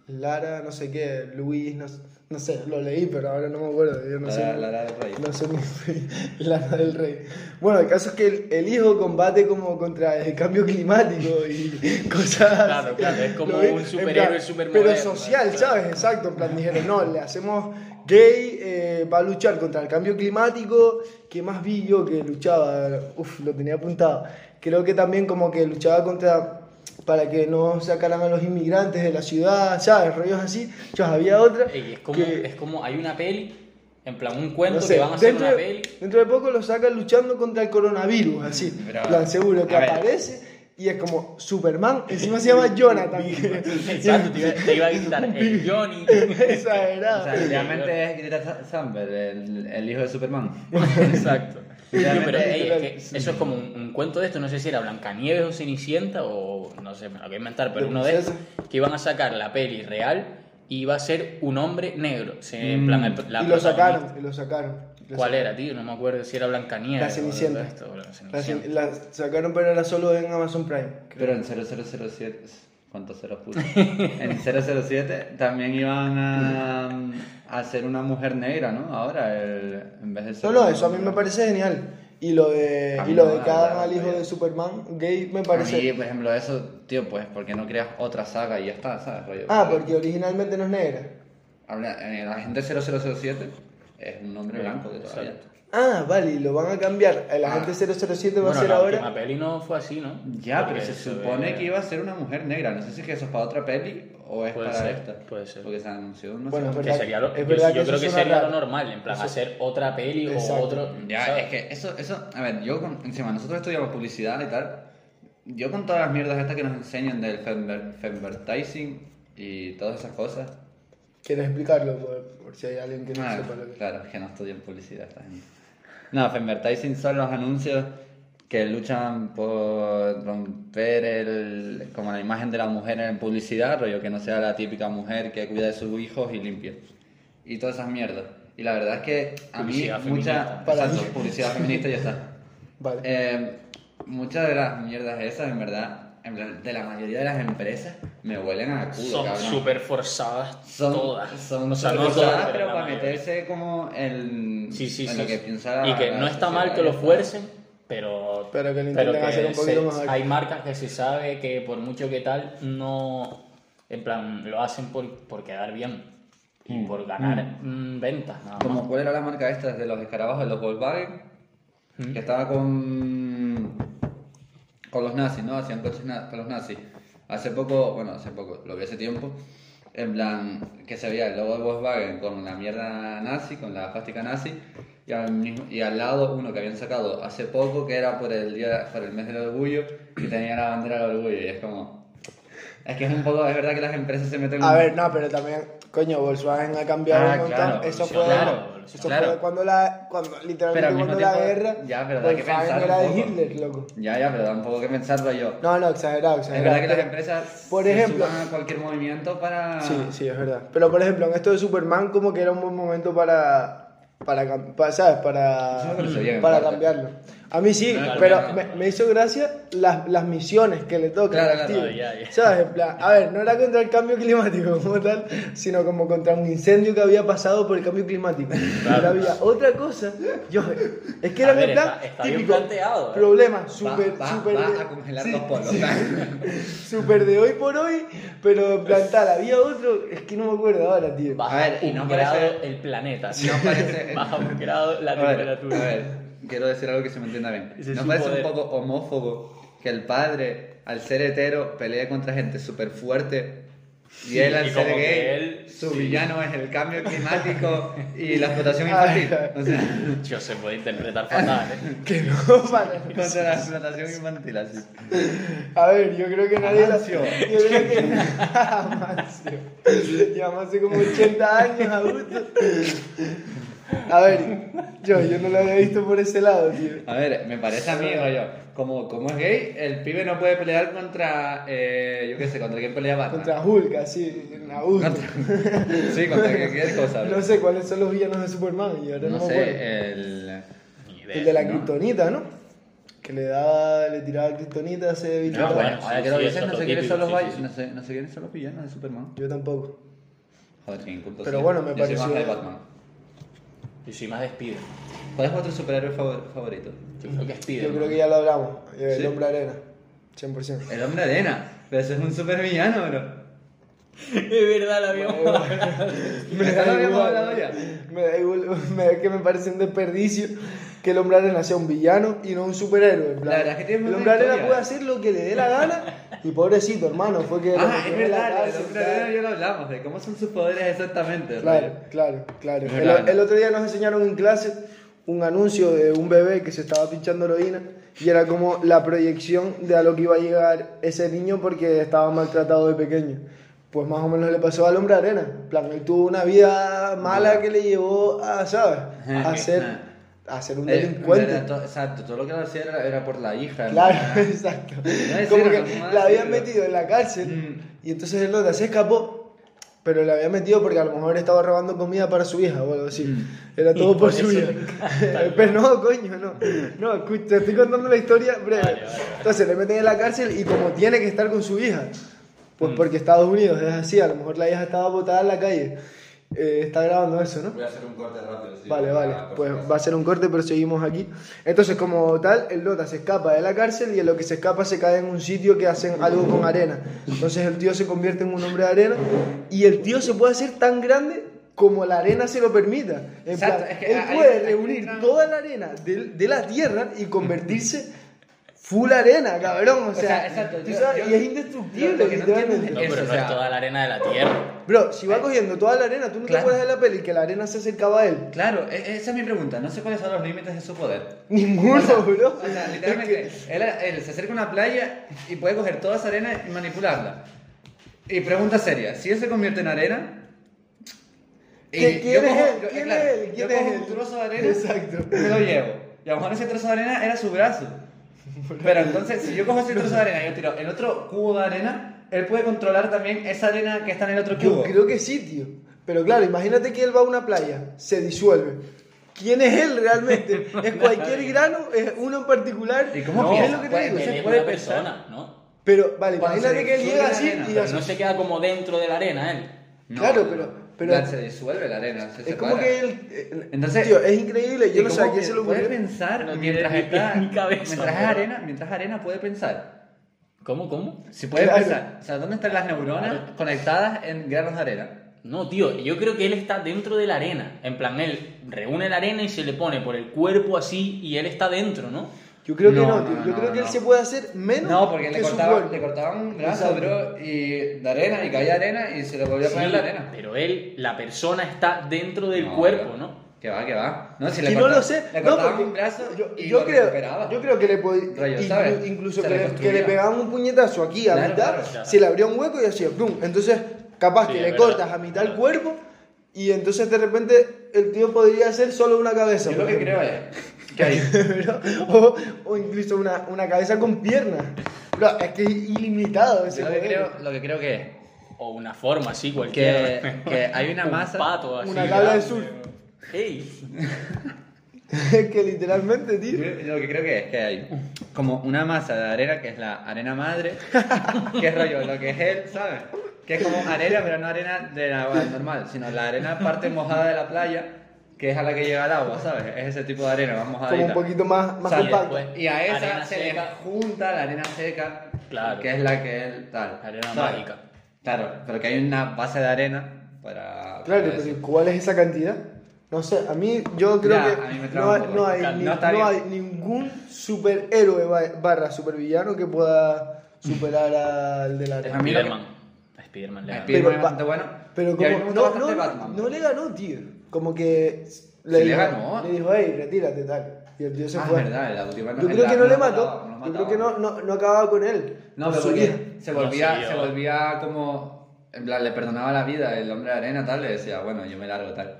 Speaker 2: Lara, no sé qué, Luis, no, no sé, lo leí, pero ahora no me acuerdo. Yo no
Speaker 4: Lara-
Speaker 2: sé.
Speaker 4: Lara del Rey.
Speaker 2: No sé ni. Lara del Rey. Bueno, el caso es que el, el hijo combate como contra el cambio climático y cosas.
Speaker 3: Claro,
Speaker 2: así.
Speaker 3: claro, es como
Speaker 2: Lo vi-
Speaker 3: un
Speaker 2: en
Speaker 3: superhéroe
Speaker 2: plan,
Speaker 3: supermoderno,
Speaker 2: Pero social,
Speaker 3: claro.
Speaker 2: ¿sabes? Exacto, en plan dijeron, no, le hacemos gay, eh, va a luchar contra el cambio climático, que más vi yo que luchaba, uff, lo tenía apuntado, creo que también como que luchaba contra, para que no sacaran a los inmigrantes de la ciudad, ¿sabes? Rollos así, yo había otra,
Speaker 3: Ey, es, como,
Speaker 2: que-
Speaker 3: es como hay una peli, en plan un cuento
Speaker 2: no sé,
Speaker 3: que van a hacer
Speaker 2: dentro,
Speaker 3: una peli. Mm,
Speaker 2: dentro de poco lo sacan luchando contra el coronavirus, así,
Speaker 4: Bravo.
Speaker 2: plan seguro que
Speaker 4: A ver.
Speaker 2: aparece. Y es como Superman, encima se llama Jonathan.
Speaker 3: Exacto, te iba, te iba a gritar el Johnny.
Speaker 4: O sea,
Speaker 2: Exagerado.
Speaker 4: realmente es Greta Thunberg, el, el hijo de Superman.
Speaker 3: Exacto.
Speaker 4: Literalmente,
Speaker 3: No, pero, ey, es que
Speaker 2: literal.
Speaker 3: eso es como un, un cuento de esto, no sé si era Blancanieves o Cenicienta o no sé, me lo voy a inventar, pero
Speaker 2: De
Speaker 3: uno de estos
Speaker 2: princesa.
Speaker 3: que iban a sacar la peli real y iba a ser un hombre negro. Se- en plan, el- la
Speaker 2: Mm. y lo
Speaker 3: protagonista.
Speaker 2: sacaron, y lo sacaron. Lo
Speaker 3: ¿Cuál era, tío? No me acuerdo si era Blancanieves.
Speaker 2: La
Speaker 3: o algo de
Speaker 2: Cenicienta.
Speaker 3: esto, o la
Speaker 2: La,
Speaker 3: Cenicienta.
Speaker 2: la sacaron, pero era solo en Amazon Prime.
Speaker 4: Pero en 0007. ¿Cuántos ceros puse? En 007 también iban a, mm, a ser una mujer negra, ¿no? Ahora, el- en vez de ser.
Speaker 2: No, no, eso a mí me parece genial. Y lo de,
Speaker 4: A mí
Speaker 2: y lo
Speaker 4: no,
Speaker 2: de
Speaker 4: la
Speaker 2: que hagan
Speaker 4: verdad,
Speaker 2: al hijo
Speaker 4: vaya.
Speaker 2: de Superman gay me
Speaker 4: A mí,
Speaker 2: parece.
Speaker 4: por ejemplo, eso, tío, pues, ¿por qué no creas otra saga y ya está, ¿sabes? Rollo,
Speaker 2: Ah, porque originalmente no es negra.
Speaker 4: Habla, eh, en el agente 0007 es un hombre blanco de toda la vida.
Speaker 2: Ah, vale, y lo van a cambiar. El agente 007 va
Speaker 3: Ah. Bueno,
Speaker 2: a ser
Speaker 3: la
Speaker 2: ahora.
Speaker 3: última peli no fue así, ¿no?
Speaker 4: Ya, pero
Speaker 3: Porque
Speaker 4: se
Speaker 3: ve-
Speaker 4: supone que iba a ser una mujer negra. No sé si es que eso es para otra peli o es
Speaker 3: Puede
Speaker 4: para
Speaker 3: ser,
Speaker 4: esta.
Speaker 3: puede ser.
Speaker 4: Porque se anunció, no
Speaker 2: Bueno,
Speaker 4: sé.
Speaker 2: es
Speaker 3: Que
Speaker 2: verdad.
Speaker 3: sería lo,
Speaker 2: Es
Speaker 3: yo-
Speaker 2: verdad
Speaker 3: yo,
Speaker 2: que eso
Speaker 3: creo que
Speaker 2: suena
Speaker 3: sería lo
Speaker 2: raro.
Speaker 3: normal, en plan, hacer otra peli
Speaker 2: Exacto.
Speaker 3: o otro.
Speaker 4: Ya,
Speaker 3: ¿sabes?
Speaker 4: es que eso, eso, a ver, yo con, encima, nosotros estudiamos publicidad y tal. Yo con todas las mierdas estas que nos enseñan del femver- femvertising y todas esas cosas.
Speaker 2: ¿Quieres explicarlo? Por, por si hay alguien que no
Speaker 4: Ah,
Speaker 2: sepa lo que
Speaker 4: claro, que no estudian publicidad esta gente. No, femvertising son los anuncios que luchan por romper el, como la imagen de la mujer en publicidad, rollo que no sea la típica mujer que cuida de sus hijos y limpia. Y todas esas mierdas. Y la verdad es que a mí
Speaker 3: Publicidad
Speaker 4: mucha...
Speaker 3: feminista.
Speaker 2: Para
Speaker 4: Exacto,
Speaker 2: mí.
Speaker 4: publicidad feminista y ya está.
Speaker 2: Vale.
Speaker 4: Eh, muchas de las mierdas esas, en verdad, en plan, de la mayoría de las empresas, me huelen a culo,
Speaker 3: Son
Speaker 4: cabrón.
Speaker 3: súper forzadas
Speaker 4: Son,
Speaker 3: todas.
Speaker 4: son
Speaker 3: O sea, no
Speaker 4: súper
Speaker 3: todas,
Speaker 4: forzadas, pero
Speaker 3: la
Speaker 4: para
Speaker 3: mayoría.
Speaker 4: meterse como en,
Speaker 3: Sí, sí,
Speaker 4: en
Speaker 3: sí.
Speaker 4: lo que
Speaker 3: sí.
Speaker 4: piensa la-
Speaker 3: y que
Speaker 4: la
Speaker 3: no está mal que
Speaker 4: sociedad.
Speaker 3: lo fuercen, pero.
Speaker 2: Pero que lo intenten hacer un poquito más
Speaker 3: Hay marcas que se sabe que por mucho que tal, no. En plan, lo hacen por, por quedar bien. Y por ganar mm, ventas, nada más.
Speaker 4: Como, ¿Cuál era la marca esta de los escarabajos de los Volkswagen? que estaba con, con los nazis, ¿no? Hacían coches na- para los nazis. Hace poco, bueno, hace poco, lo vi hace tiempo, en plan, que se veía el logo de Volkswagen con la mierda nazi, con la plástica nazi, y al, mismo- y al lado uno que habían sacado hace poco, que era por el, día, por el mes del orgullo, y tenía la bandera del orgullo, y es como... Es que es un poco, es verdad que las empresas se meten...
Speaker 2: A
Speaker 4: un-
Speaker 2: ver, no, pero también, coño, Volkswagen ha cambiado
Speaker 4: Ah,
Speaker 2: un montón.
Speaker 4: claro,
Speaker 2: eso fue,
Speaker 3: evolucionó,
Speaker 2: eso
Speaker 4: claro.
Speaker 2: fue cuando la, cuando,
Speaker 4: Pero al
Speaker 2: literalmente
Speaker 4: mismo
Speaker 2: cuando la
Speaker 4: tiempo-
Speaker 2: guerra,
Speaker 4: ya, pero hay que
Speaker 2: Volkswagen
Speaker 4: pensar
Speaker 2: era
Speaker 4: un
Speaker 2: de
Speaker 4: poco.
Speaker 2: Hitler, loco.
Speaker 4: Ya, ya, pero tampoco hay que pensarlo yo.
Speaker 2: No, no, exagerado,
Speaker 4: Es
Speaker 2: exagerado.
Speaker 4: verdad que las empresas
Speaker 2: Por
Speaker 4: se
Speaker 2: ejemplo-
Speaker 4: suman a cualquier movimiento para...
Speaker 2: Sí, sí, es verdad. Pero por ejemplo, en esto de Superman, como que era un buen momento para. para, cam- pa- ¿Sabes?
Speaker 4: Eso
Speaker 2: Para,
Speaker 4: me parece bien,
Speaker 2: para
Speaker 4: claro.
Speaker 2: cambiarlo. A mí sí,
Speaker 3: Claro,
Speaker 2: pero
Speaker 3: claro.
Speaker 2: me, me hizo gracia las, las misiones que le tocan.
Speaker 4: Claro,
Speaker 2: al
Speaker 4: claro,
Speaker 2: tío.
Speaker 3: ya, ya.
Speaker 2: ¿Sabes? En plan, a ver, no era contra el cambio climático como tal, sino como contra un incendio que había pasado por el cambio climático. Pero había otra cosa. Yo, es que
Speaker 3: A
Speaker 2: era
Speaker 3: ver,
Speaker 2: en plan
Speaker 3: está- está bien
Speaker 2: típico.
Speaker 3: planteado, ¿eh?
Speaker 2: Problema,
Speaker 4: Va-
Speaker 2: super,
Speaker 4: va,
Speaker 2: super.
Speaker 4: va a congelar
Speaker 2: sí,
Speaker 4: los polos.
Speaker 2: sí.
Speaker 4: ¿sabes?
Speaker 2: Super de hoy por hoy, pero en plan tal, había otro, es que no me acuerdo ahora, tío.
Speaker 3: Baja
Speaker 4: A ver, y
Speaker 3: un
Speaker 4: no
Speaker 3: grado
Speaker 4: parece-
Speaker 3: el planeta.
Speaker 4: No parece-
Speaker 3: Baja un grado la
Speaker 4: A ver,
Speaker 3: temperatura.
Speaker 4: A ver, quiero decir algo que se me entienda bien.
Speaker 3: Ese es
Speaker 4: ¿No
Speaker 3: su
Speaker 4: parece
Speaker 3: poder.
Speaker 4: un poco homófobo que el padre, al ser hetero, pelee contra gente súper fuerte? Y
Speaker 3: Sí,
Speaker 4: él, al
Speaker 3: y
Speaker 4: ser
Speaker 3: como que
Speaker 4: gay,
Speaker 3: él-
Speaker 4: su
Speaker 3: sí.
Speaker 4: villano es el cambio climático y la explotación infantil. O sea,
Speaker 3: Yo se puede interpretar fatal, ¿eh?
Speaker 2: Que no, para.
Speaker 4: contra la explotación infantil, así.
Speaker 2: A ver, yo creo que nadie lo
Speaker 4: Amancio.
Speaker 2: Yo creo que. Amancio. Llevamos hace como 80 años, adulto. A ver, yo, yo no lo había visto por ese lado, tío.
Speaker 4: A ver, me parece a mí,
Speaker 2: Ah.
Speaker 4: rollo, como, como es gay, el pibe no puede pelear contra, eh, yo qué sé, contra quién pelea Batman.
Speaker 2: Contra Hulk, así, en adulto.
Speaker 4: Sí, contra cualquier cosa.
Speaker 2: No sé cuáles son los villanos de Superman, y ahora no,
Speaker 4: No
Speaker 2: me acuerdo.
Speaker 4: sé, el...
Speaker 3: Ni
Speaker 2: El
Speaker 3: idea.
Speaker 2: de la
Speaker 4: ¿no?
Speaker 2: kriptonita, ¿no? Que le daba, le tiraba kriptonita, se debilitaba.
Speaker 4: No, Ah, bueno,
Speaker 3: bueno,
Speaker 4: ahora
Speaker 3: sí,
Speaker 4: que lo
Speaker 3: sí,
Speaker 4: dices,
Speaker 3: eso es
Speaker 4: no
Speaker 3: lo
Speaker 4: sé quiénes
Speaker 3: típico,
Speaker 4: son los
Speaker 3: sí,
Speaker 4: vai-
Speaker 3: sí.
Speaker 4: no sé- no sé quiénes son los villanos de Superman.
Speaker 2: Yo tampoco.
Speaker 4: Joder, qué inculto
Speaker 2: Pero
Speaker 4: soy.
Speaker 2: bueno, me
Speaker 4: Yo soy más
Speaker 2: pareció-
Speaker 4: de Batman.
Speaker 3: Yo soy más de Spider.
Speaker 4: ¿Cuál es vuestro superhéroe favor- favorito?
Speaker 3: Yo creo que Spider.
Speaker 2: Yo creo que ya lo hablamos. El
Speaker 4: Sí.
Speaker 2: hombre arena. 100%.
Speaker 4: El hombre arena. Pero eso es un supervillano, bro.
Speaker 3: Es verdad, la habíamos
Speaker 4: Me da lo mismo hablado ya.
Speaker 2: Me da igual, me da que me parece un desperdicio que el hombre arena sea un villano y no un superhéroe. en plan,
Speaker 4: La verdad es que tiene
Speaker 2: el
Speaker 4: mucha
Speaker 2: hombre arena
Speaker 4: historia.
Speaker 2: puede hacer lo que le dé la gana y pobrecito, hermano, fue que... lo
Speaker 4: Ah, es
Speaker 2: metieron en la
Speaker 4: verdad, el
Speaker 2: cárcel,
Speaker 4: hombre
Speaker 2: tal.
Speaker 4: arena ya lo hablamos, de cómo son sus poderes exactamente.
Speaker 2: Claro,
Speaker 4: rollo.
Speaker 2: claro, claro.
Speaker 4: Es
Speaker 2: El,
Speaker 4: verdad.
Speaker 2: el otro día nos enseñaron en clase un anuncio de un bebé que se estaba pinchando heroína y era como la proyección de a lo que iba a llegar ese niño porque estaba maltratado de pequeño. Pues más o menos le pasó al hombre arena. En plan, él tuvo una vida mala que le llevó a, ¿sabes?
Speaker 4: Ajá,
Speaker 2: a ser,
Speaker 4: ajá.
Speaker 2: a ser un
Speaker 4: Eh,
Speaker 2: delincuente.
Speaker 4: era to- Exacto, todo lo que lo hacía era, era por la hija.
Speaker 2: Claro,
Speaker 4: ¿no?
Speaker 2: exacto.
Speaker 4: es
Speaker 2: Como
Speaker 4: cierto,
Speaker 2: que
Speaker 4: como
Speaker 2: la habían
Speaker 4: así,
Speaker 2: metido en la cárcel
Speaker 4: Mm.
Speaker 2: y entonces el otro se escapó, pero la habían metido porque a lo mejor estaba robando comida para su hija o algo así. Era
Speaker 3: Mm. Y
Speaker 2: todo
Speaker 3: por
Speaker 2: por su
Speaker 3: eso
Speaker 2: hija.
Speaker 3: le encanta,
Speaker 2: pero no, coño, no. No, escucha, te estoy contando la historia breve.
Speaker 3: Vale, vale, vale.
Speaker 2: Entonces le meten en la cárcel y como tiene que estar con su hija, pues
Speaker 3: Mm.
Speaker 2: porque Estados Unidos es así, a lo mejor la hija estaba botada en la calle. Eh, está grabando eso, ¿no?
Speaker 5: Voy a hacer un corte rápido. sí,
Speaker 2: Vale,
Speaker 5: para-
Speaker 2: vale.
Speaker 5: por
Speaker 2: Pues
Speaker 5: si acaso.
Speaker 2: va a ser un corte, pero seguimos aquí. Entonces, como tal, el Lota se escapa de la cárcel y en lo que se escapa se cae en un sitio que hacen algo con arena. Entonces el tío se convierte en un hombre de arena y el tío se puede hacer tan grande como la arena se lo permita. En
Speaker 4: Exacto,
Speaker 2: plan,
Speaker 4: es que
Speaker 2: él
Speaker 4: ahí-
Speaker 2: puede
Speaker 4: ahí
Speaker 2: reunir
Speaker 4: entra-
Speaker 2: toda la arena de, de la tierra y convertirse full arena, cabrón. O sea,
Speaker 4: sea, exacto,
Speaker 2: tú
Speaker 4: yo-
Speaker 2: sabes,
Speaker 4: yo-
Speaker 2: y es indestructible.
Speaker 4: lo que no entiendo es
Speaker 2: literalmente.
Speaker 3: No,
Speaker 4: Eso,
Speaker 3: pero no
Speaker 4: o sea-
Speaker 3: es toda la arena de la Tierra.
Speaker 2: Bro, si va cogiendo toda la arena, ¿tú no te
Speaker 4: Claro.
Speaker 2: acuerdas de la peli que la arena se acercaba a él?
Speaker 4: Claro, e- esa es mi pregunta. No sé cuáles son los límites de su poder.
Speaker 2: Ninguno, bro.
Speaker 4: O sea, literalmente, él, él se acerca a una playa y puede coger toda esa arena y manipularla. Y pregunta seria, si él se convierte en arena... y
Speaker 2: ¿Qué- quién
Speaker 4: yo
Speaker 2: es
Speaker 4: cojo-
Speaker 2: él?
Speaker 4: yo- eh,
Speaker 2: ¿Quién
Speaker 4: claro,
Speaker 2: es él? ¿Quién
Speaker 4: yo
Speaker 2: es
Speaker 4: cojo
Speaker 2: él?
Speaker 4: un trozo de arena
Speaker 2: Exacto.
Speaker 4: y me lo llevo. Y a lo mejor ese trozo de arena era su brazo. Pero entonces, si yo cojo ese trozo de arena y yo tiro el otro cubo de arena, él puede controlar también esa arena que está en el otro
Speaker 2: Yo
Speaker 4: cubo.
Speaker 2: creo que sí, tío. Pero claro, imagínate que él va a una playa, se disuelve. ¿Quién es él realmente? ¿Es cualquier grano? ¿Es uno en particular?
Speaker 4: ¿Y cómo
Speaker 2: No,
Speaker 4: piensa?
Speaker 2: es lo que te
Speaker 4: Pues,
Speaker 2: digo.
Speaker 4: se
Speaker 3: Él es
Speaker 4: puede
Speaker 3: una
Speaker 4: pensar.
Speaker 3: persona, ¿no?
Speaker 2: Pero vale,
Speaker 4: Cuando
Speaker 2: imagínate
Speaker 4: se
Speaker 2: que él
Speaker 4: disuelve
Speaker 2: llega
Speaker 4: la
Speaker 2: así
Speaker 4: arena,
Speaker 2: y
Speaker 3: Pero
Speaker 2: hace-
Speaker 3: no se queda como dentro de la arena, él.
Speaker 2: Claro, pero- pero-
Speaker 4: Ya se disuelve la arena. se
Speaker 2: Es como
Speaker 4: separa.
Speaker 2: que él... eh,
Speaker 4: Entonces-
Speaker 2: tío, es increíble. Yo
Speaker 4: ¿Y
Speaker 2: no sé a
Speaker 4: cómo
Speaker 2: quién
Speaker 4: que
Speaker 2: se lo
Speaker 4: puede
Speaker 2: ocurrió.
Speaker 4: pensar
Speaker 3: No tiene
Speaker 4: mientras
Speaker 3: ni pie
Speaker 4: está
Speaker 3: ni cabeza,
Speaker 4: mientras es
Speaker 3: ¿no?
Speaker 4: arena mientras es arena puede pensar
Speaker 3: ¿Cómo, cómo?
Speaker 4: si puede
Speaker 2: Claro.
Speaker 4: pensar o sea dónde están las neuronas conectadas en granos de arena
Speaker 3: No, tío, yo creo que él está dentro de la arena. En plan, él reúne la arena y se le pone por el cuerpo así y él está dentro, ¿no?
Speaker 2: Yo creo que
Speaker 4: No,
Speaker 2: no,
Speaker 4: no,
Speaker 2: tío. Yo
Speaker 4: no,
Speaker 2: creo que
Speaker 4: no.
Speaker 2: él se puede hacer menos.
Speaker 4: No, porque le
Speaker 2: que su
Speaker 4: cortaban,
Speaker 2: cuerpo.
Speaker 4: le cortaban un brazo,
Speaker 2: Exacto.
Speaker 4: bro, y de arena, y caía arena, y se le volvió a poner
Speaker 3: Sí,
Speaker 4: la arena.
Speaker 3: Pero él, la persona está dentro del
Speaker 4: No,
Speaker 3: cuerpo,
Speaker 4: bro.
Speaker 3: ¿no?
Speaker 4: Que va, que va. No, si le
Speaker 2: Que no
Speaker 4: corta-
Speaker 2: lo sé.
Speaker 4: Le
Speaker 2: no,
Speaker 4: cortaban
Speaker 2: porque
Speaker 4: un brazo
Speaker 2: yo,
Speaker 4: y
Speaker 2: yo
Speaker 4: lo recuperaba.
Speaker 2: creo, yo creo que le podía.
Speaker 4: Rollo,
Speaker 2: inclu-
Speaker 4: ¿sabes?
Speaker 2: Incluso
Speaker 4: Se
Speaker 2: que, le-
Speaker 4: reconstruía.
Speaker 2: que le pegaban un puñetazo aquí a
Speaker 4: Claro,
Speaker 2: mitad,
Speaker 4: claro,
Speaker 3: claro.
Speaker 2: se le abría un hueco y hacía plum. Entonces, capaz
Speaker 3: Sí,
Speaker 2: que
Speaker 3: es
Speaker 2: le
Speaker 3: verdad.
Speaker 2: cortas a mitad el
Speaker 3: Verdad.
Speaker 2: cuerpo y entonces de repente el tío podría hacer solo una cabeza.
Speaker 4: Yo
Speaker 2: por
Speaker 4: lo que
Speaker 2: ejemplo.
Speaker 4: creo es que ahí-
Speaker 2: o, o incluso una, una cabeza con piernas. Bro, es que es ilimitado ese
Speaker 4: yo lo que
Speaker 2: modelo.
Speaker 4: creo, lo que creo que es
Speaker 3: O una forma así cualquiera.
Speaker 4: que, que hay una
Speaker 3: Un
Speaker 4: masa.
Speaker 3: pato así.
Speaker 2: Una tabla de
Speaker 3: grande,
Speaker 2: surf.
Speaker 3: bro. Ey.
Speaker 2: Es que literalmente,
Speaker 4: Yo-
Speaker 2: tío.
Speaker 4: yo Lo que creo que es que hay como una masa de arena que es la arena madre, que es rollo lo que es él, ¿sabes? Que es como arena, pero no arena de la agua normal, sino la arena parte mojada de la playa, que es a la que llega el agua, ¿sabes? Es ese tipo de arena, más mojadita.
Speaker 2: Como un poquito más, más
Speaker 4: Sale,
Speaker 2: compacto.
Speaker 3: pues.
Speaker 4: Y a esa
Speaker 3: Arena
Speaker 4: se
Speaker 3: seca.
Speaker 4: le junta la arena seca,
Speaker 3: Claro.
Speaker 4: que es la que él tal.
Speaker 3: Arena mágica.
Speaker 4: Claro, pero que hay una base de arena para. para
Speaker 2: Claro,
Speaker 4: eso.
Speaker 2: pero ¿cuál es esa cantidad? No sé, a mí yo creo
Speaker 4: Ya, a mí me
Speaker 2: que
Speaker 4: traba
Speaker 2: no
Speaker 4: un
Speaker 2: hay,
Speaker 4: poco.
Speaker 2: no hay ni-
Speaker 4: No está
Speaker 2: no
Speaker 4: bien.
Speaker 2: hay ningún superhéroe ba- barra supervillano que pueda superar al de la
Speaker 4: A
Speaker 2: arena.
Speaker 4: mí lo que-
Speaker 3: Spiderman. A Spiderman le
Speaker 4: A
Speaker 3: gana.
Speaker 4: Spiderman es
Speaker 2: Pero
Speaker 4: bastante
Speaker 2: va-
Speaker 4: bueno.
Speaker 2: Pero
Speaker 4: Y a mí
Speaker 2: como
Speaker 4: me gusta
Speaker 2: no,
Speaker 4: bastante
Speaker 2: no,
Speaker 4: Batman.
Speaker 2: no le ganó, tío. Como que le,
Speaker 4: Sí le
Speaker 2: dijo,
Speaker 4: ganó.
Speaker 2: le dijo, hey, retírate, tal. Y el tío se
Speaker 4: Ah, es
Speaker 2: fue.
Speaker 4: verdad, la última
Speaker 2: Yo creo que no le mató.
Speaker 4: no
Speaker 2: Yo
Speaker 4: mataba.
Speaker 2: creo que no, no, no acababa con él.
Speaker 4: No,
Speaker 2: Con
Speaker 4: pero
Speaker 2: su hija.
Speaker 4: porque se
Speaker 3: No
Speaker 4: volvía,
Speaker 3: sé,
Speaker 4: se
Speaker 3: yo-
Speaker 4: volvía como. En plan, le perdonaba la vida el hombre de arena, tal. Le decía, bueno, yo me largo, tal.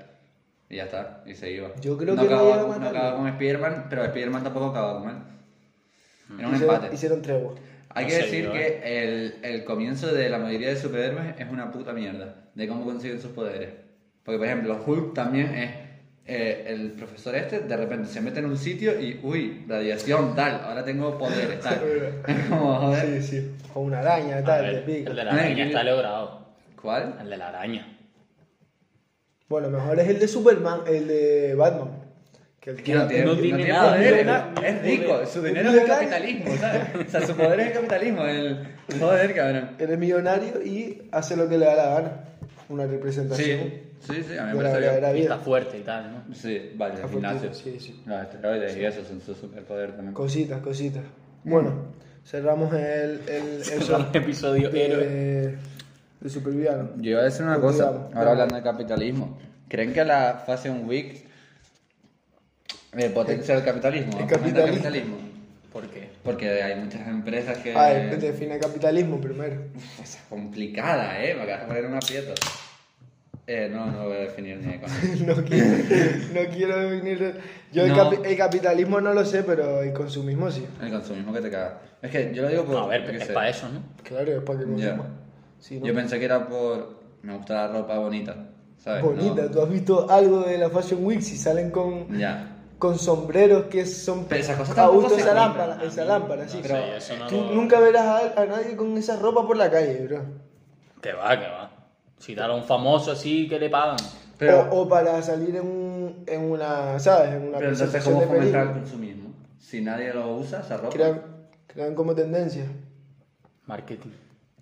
Speaker 4: Y ya está, y se iba.
Speaker 2: Yo creo
Speaker 4: no
Speaker 2: que no iba
Speaker 4: acababa,
Speaker 2: a
Speaker 4: con- no
Speaker 2: matarlo.
Speaker 4: acababa con Spider-Man, pero Spider-Man tampoco acababa con él. Era un
Speaker 2: Hicieron-
Speaker 4: empate.
Speaker 2: Hicieron tregua.
Speaker 4: Hay
Speaker 3: No
Speaker 4: que
Speaker 3: sé,
Speaker 4: decir
Speaker 3: yo, eh.
Speaker 4: que el, el comienzo de la mayoría de superhéroes es una puta mierda, de cómo consiguen sus poderes. Porque, por ejemplo, Hulk también es eh, el profesor este, de repente se mete en un sitio y, uy, radiación, tal, ahora tengo poderes, tal. Es como,
Speaker 2: Sí,
Speaker 4: joder.
Speaker 2: sí. O una araña,
Speaker 3: A
Speaker 2: tal,
Speaker 3: ver,
Speaker 2: te pica.
Speaker 3: el de la
Speaker 4: Ay,
Speaker 3: araña
Speaker 4: que-
Speaker 3: está logrado.
Speaker 4: ¿Cuál?
Speaker 3: El de la araña.
Speaker 2: Bueno, mejor es el de Superman, el de Batman. Que el
Speaker 4: Que no tiene,
Speaker 3: no
Speaker 4: no
Speaker 3: tiene
Speaker 4: tiene
Speaker 3: nada,
Speaker 4: poderes,
Speaker 2: no tiene
Speaker 4: es rico,
Speaker 2: poder.
Speaker 4: su
Speaker 2: Un
Speaker 4: dinero es el
Speaker 2: millonario.
Speaker 4: capitalismo, ¿sabes? O sea, su poder es el capitalismo, el joder, cabrón.
Speaker 2: Eres millonario y hace lo que le da la gana. Una representación.
Speaker 4: Sí, sí, sí, a mí
Speaker 2: De
Speaker 4: me
Speaker 2: la
Speaker 4: parece bien.
Speaker 2: verdadera
Speaker 3: Y está
Speaker 2: vida.
Speaker 3: fuerte y tal, ¿no?
Speaker 4: Sí, vale, el
Speaker 2: Está
Speaker 4: gimnasio.
Speaker 2: fuertísimo, sí, sí.
Speaker 4: Los esteroides y eso son su superpoder también.
Speaker 2: Cositas, cositas. Bueno, cerramos el, el,
Speaker 3: Cerramos el episodio
Speaker 2: de, de supervillano.
Speaker 4: Yo iba a decir una
Speaker 2: Porque
Speaker 4: cosa,
Speaker 2: vamos,
Speaker 4: ahora hablando de capitalismo. ¿Creen que la Fashion Week eh, potencia el
Speaker 2: el
Speaker 4: capitalismo? fomenta el
Speaker 2: capitalismo.
Speaker 4: capitalismo?
Speaker 3: ¿Por qué?
Speaker 4: Porque hay muchas empresas que...
Speaker 2: Ah, el que te define capitalismo primero.
Speaker 4: Esa es complicada, ¿eh? Me acabas de poner un aprieto. Eh, no, no lo voy a definir ni de
Speaker 2: No
Speaker 4: coña.
Speaker 2: quiero, no quiero definir. Yo el,
Speaker 4: No.
Speaker 2: capi- el capitalismo no lo sé, pero el consumismo sí.
Speaker 4: El consumismo que te caga. Es que yo lo digo por...
Speaker 3: A
Speaker 4: yo
Speaker 3: ver,
Speaker 4: qué
Speaker 3: es
Speaker 4: sé.
Speaker 3: para eso, ¿no?
Speaker 2: Claro, es para que consuma.
Speaker 4: Ya.
Speaker 2: Sí, ¿no?
Speaker 4: Yo pensé que era por... Me gusta la ropa bonita, ¿sabes?
Speaker 2: Bonita,
Speaker 4: No.
Speaker 2: ¿tú has visto algo de la Fashion Week? Si salen con,
Speaker 4: Ya.
Speaker 2: con sombreros que son
Speaker 4: Pero esas cosas
Speaker 2: a
Speaker 4: tampoco
Speaker 2: gusto
Speaker 4: se
Speaker 2: esa
Speaker 4: compran. eh,
Speaker 2: lámpara, esa lámpara, sí.
Speaker 3: Pero eso no
Speaker 2: Tú
Speaker 3: lo-
Speaker 2: nunca verás a, a nadie con esa ropa por la calle, bro.
Speaker 3: Que va, que va. Si tal a un famoso así que le pagan.
Speaker 4: Pero,
Speaker 2: o, o para salir en, un, en una, ¿sabes? En una
Speaker 4: pero entonces,
Speaker 2: presentación
Speaker 4: ¿cómo
Speaker 2: de
Speaker 4: fomentar el
Speaker 2: película.
Speaker 4: consumismo? Si nadie lo usa, esa ropa...
Speaker 2: Crean, crean como tendencia.
Speaker 3: Marketing.